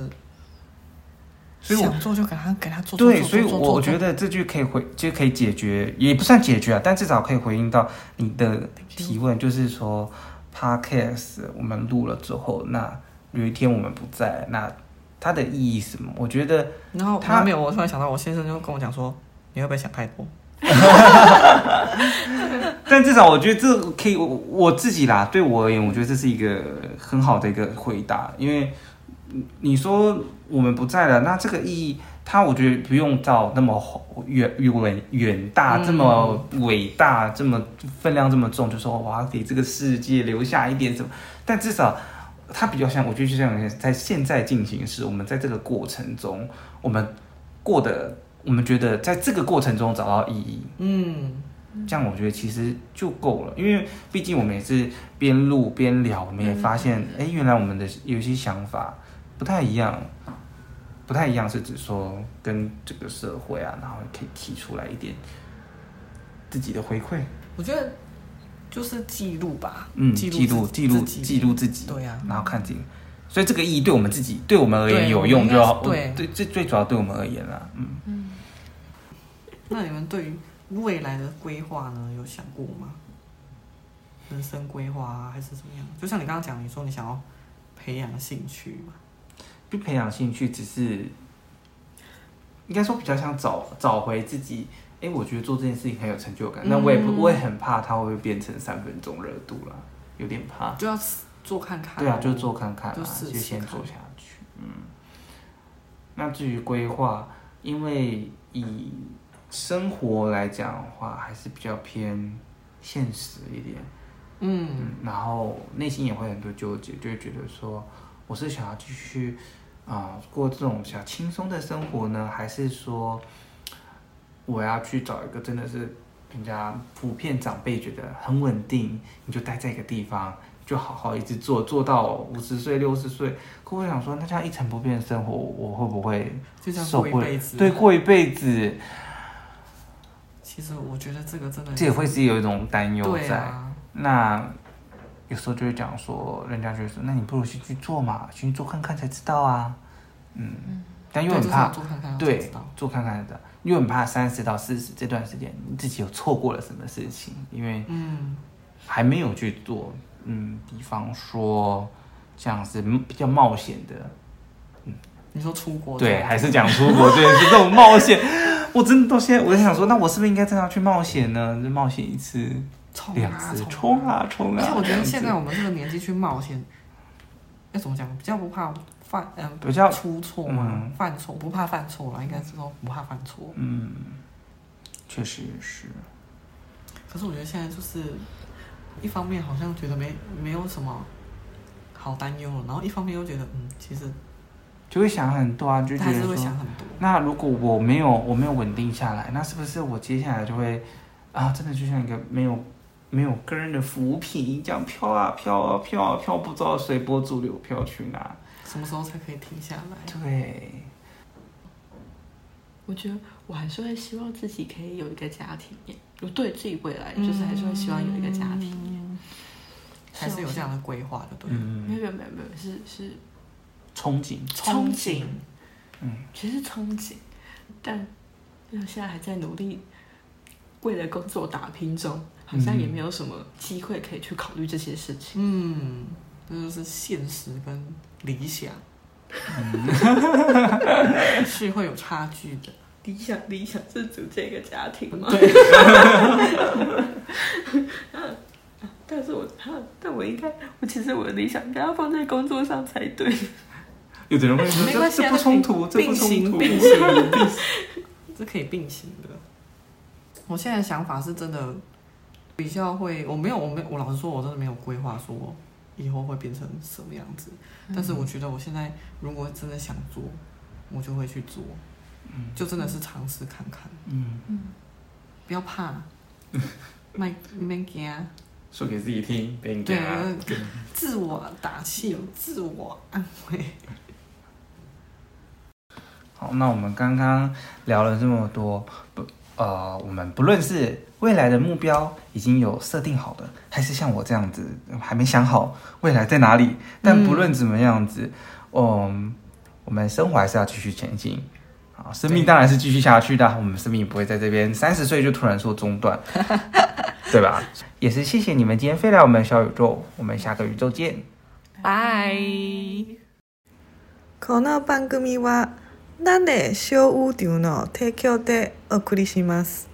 [SPEAKER 3] 所以我
[SPEAKER 1] 想做就给他给他做，做
[SPEAKER 3] 对，
[SPEAKER 1] 做
[SPEAKER 3] 所以
[SPEAKER 1] 做做
[SPEAKER 3] 我
[SPEAKER 1] 做
[SPEAKER 3] 我觉得这句可以回，就可以解决，也不算解决啊，但至少可以回应到你的提问，就是说，podcast 我们录了之后，那有一天我们不在，那它的意义是什么？我觉得
[SPEAKER 1] 然后
[SPEAKER 3] 他
[SPEAKER 1] 他没有，我突然想到，我先生就跟我讲说，你会不会想太多？
[SPEAKER 3] 但至少我觉得这可以，我我自己啦，对我而言，我觉得这是一个很好的一个回答，因为嗯你说我们不在了，那这个意义，它我觉得不用到那么远远远大，
[SPEAKER 1] 嗯
[SPEAKER 3] 这么嗯伟大，这么分量这么重，就说哇，给这个世界留下一点什么，但至少。它比较像，我觉得就像在现在进行时，我们在这个过程中，我们过得，我们觉得在这个过程中找到意义，
[SPEAKER 1] 嗯，
[SPEAKER 3] 这样我觉得其实就够了，因为毕竟我们也是边录边聊，我们
[SPEAKER 1] 嗯
[SPEAKER 3] 也发现，哎、原来我们的有些想法不太一样，不太一样是指说跟这个社会啊，然后可以提出来一点自己的回馈，
[SPEAKER 1] 我觉得就是记录吧，
[SPEAKER 3] 嗯，
[SPEAKER 1] 记
[SPEAKER 3] 记录
[SPEAKER 1] 录
[SPEAKER 3] 记录
[SPEAKER 1] 自己
[SPEAKER 3] 记录自己，
[SPEAKER 1] 对啊呀、
[SPEAKER 3] 然后看自己，所以这个意义对我们自己，对我们而言
[SPEAKER 1] 对
[SPEAKER 3] 有
[SPEAKER 1] 我们
[SPEAKER 3] 用
[SPEAKER 1] 应该
[SPEAKER 3] 就好，
[SPEAKER 1] 是对
[SPEAKER 3] 对，最最主要对我们而言啦，嗯。
[SPEAKER 1] 那你们对于未来的规划呢，有想过吗？人生规划啊，还是怎么样？就像你刚刚讲，你说你想要培养兴趣嘛，
[SPEAKER 3] 就培养兴趣，只是应该说比较想找找回自己。哎、我觉得做这件事情很有成就感，那、我也不，
[SPEAKER 1] 嗯
[SPEAKER 3] 我也很怕它会不会变成三分钟热度啦，有点怕。
[SPEAKER 1] 就要做看看。
[SPEAKER 3] 啊对啊，就做看看啦，
[SPEAKER 1] 就试试
[SPEAKER 3] 就先
[SPEAKER 1] 看
[SPEAKER 3] 做下去。嗯，那至于规划，因为以生活来讲的话，还是比较偏现实一点。
[SPEAKER 1] 嗯，
[SPEAKER 3] 嗯，然后内心也会很多纠结，就会觉得说，我是想要继续啊、过这种比较轻松的生活呢，还是说我要去找一个真的是人家普遍长辈觉得很稳定，你就待在一个地方，就好好一直做做到五十岁六十岁。可我想说，那这样一成不变的生活，我会不会
[SPEAKER 1] 就这样
[SPEAKER 3] 受
[SPEAKER 1] 过一
[SPEAKER 3] 不了
[SPEAKER 1] 辈子。
[SPEAKER 3] 对，过一辈子？
[SPEAKER 1] 其实我觉得这个真的
[SPEAKER 3] 这也会是有一种担忧
[SPEAKER 1] 对
[SPEAKER 3] 在。
[SPEAKER 1] 啊，
[SPEAKER 3] 那有时候就会讲说，人家就会说，那你不如先去做嘛，先去做看看才知道啊。嗯，但又
[SPEAKER 1] 对啊
[SPEAKER 3] 很
[SPEAKER 1] 就是
[SPEAKER 3] 怕
[SPEAKER 1] 要，做看看，
[SPEAKER 3] 对
[SPEAKER 1] 知道。
[SPEAKER 3] 做看看的，又很怕三十到四十这段时间你自己有错过了什么事情，因为
[SPEAKER 1] 嗯，
[SPEAKER 3] 还没有去做。嗯，比方说像是比较冒险的，
[SPEAKER 1] 你说出国
[SPEAKER 3] 对，还是讲出国对，是这种冒险。 我真的到现在，我在想说，那我是不是应该真的要去冒险呢？就冒险一次、
[SPEAKER 1] 冲
[SPEAKER 3] 两
[SPEAKER 1] 啊
[SPEAKER 3] 次，
[SPEAKER 1] 冲
[SPEAKER 3] 冲啊冲
[SPEAKER 1] 而
[SPEAKER 3] 啊！
[SPEAKER 1] 且我觉
[SPEAKER 3] 这
[SPEAKER 1] 得
[SPEAKER 3] 样子
[SPEAKER 1] 现在我们这个年纪去冒险，要怎么讲？比较不怕犯，嗯、
[SPEAKER 3] 比较
[SPEAKER 1] 出错嘛，
[SPEAKER 3] 嗯
[SPEAKER 1] 犯错不怕犯错啦，应该是说不怕犯错。
[SPEAKER 3] 嗯，确实也是。
[SPEAKER 1] 可是我觉得现在就是，一方面好像觉得没没有什么好担忧了，然后一方面又觉得嗯，其实
[SPEAKER 3] 就会想很多啊，就觉
[SPEAKER 1] 还
[SPEAKER 3] 得
[SPEAKER 1] 是会
[SPEAKER 3] 说
[SPEAKER 1] 想，很多。
[SPEAKER 3] 那如果我没有我没有稳定下来，那是不是我接下来就会啊，真的就像一个没有没有根儿的浮萍这样飘啊飘啊飘啊飘，不知道随波逐流飘去哪？
[SPEAKER 1] 什么时候才可以停下来？
[SPEAKER 3] 对，
[SPEAKER 4] 我觉得我还是会希望自己可以有一个家庭耶，我对自己未来
[SPEAKER 1] 嗯
[SPEAKER 4] 就是还是会希望有一个家庭耶。
[SPEAKER 1] 还是有这样的规划的，对。
[SPEAKER 4] 没
[SPEAKER 3] 嗯，
[SPEAKER 4] 有没有没有，是是
[SPEAKER 3] 憧憬，
[SPEAKER 4] 憧憬，
[SPEAKER 3] 嗯，
[SPEAKER 4] 其实是憧憬，但因为现在还在努力为了工作打拼中，好像也没有什么机会可以去考虑这些事情。
[SPEAKER 1] 嗯，这就是现实跟理想，
[SPEAKER 3] 嗯
[SPEAKER 1] 是会有差距的。
[SPEAKER 4] 理想理想是组建一个家庭吗？
[SPEAKER 1] 对，
[SPEAKER 4] 但是我啊但我应该，我其实我的理想应该要放在工作上才对。
[SPEAKER 3] 有的人会说
[SPEAKER 1] 没
[SPEAKER 3] 这
[SPEAKER 1] 关系
[SPEAKER 3] 这
[SPEAKER 1] 啊
[SPEAKER 3] 不冲突，这不
[SPEAKER 1] 并
[SPEAKER 3] 冲
[SPEAKER 1] 行
[SPEAKER 3] 突，
[SPEAKER 1] 并行，并行这可以并行的。我现在的想法是真的比较会，我没有，我没有，我老实说，我真的没有规划说以后会变成什么样子。
[SPEAKER 3] 嗯
[SPEAKER 1] 但是我觉得我现在如果真的想做，我就会去做，
[SPEAKER 3] 嗯
[SPEAKER 1] 就真的是尝试看看，
[SPEAKER 3] 嗯，
[SPEAKER 2] 嗯，
[SPEAKER 1] 不要怕，卖免惊，
[SPEAKER 3] 说给自己听，啊别人
[SPEAKER 1] 对
[SPEAKER 3] 家，
[SPEAKER 1] 自我打气，自我安慰。
[SPEAKER 3] 好，那我们刚刚聊了这么多，不，呃，我们不论是未来的目标已经有设定好的，还是像我这样子呃还没想好未来在哪里，但不论怎么样子，嗯，我们生活还是要继续前进。啊，生命
[SPEAKER 1] 对
[SPEAKER 3] 当然是继续下去的，我们生命也不会在这边三十岁就突然说中断， 对吧？也是谢谢你们今天飞来我们的小宇宙，我们下个宇宙见。
[SPEAKER 2] 拜。
[SPEAKER 5] この番組は、なんで小宇宙の提供でお送りします。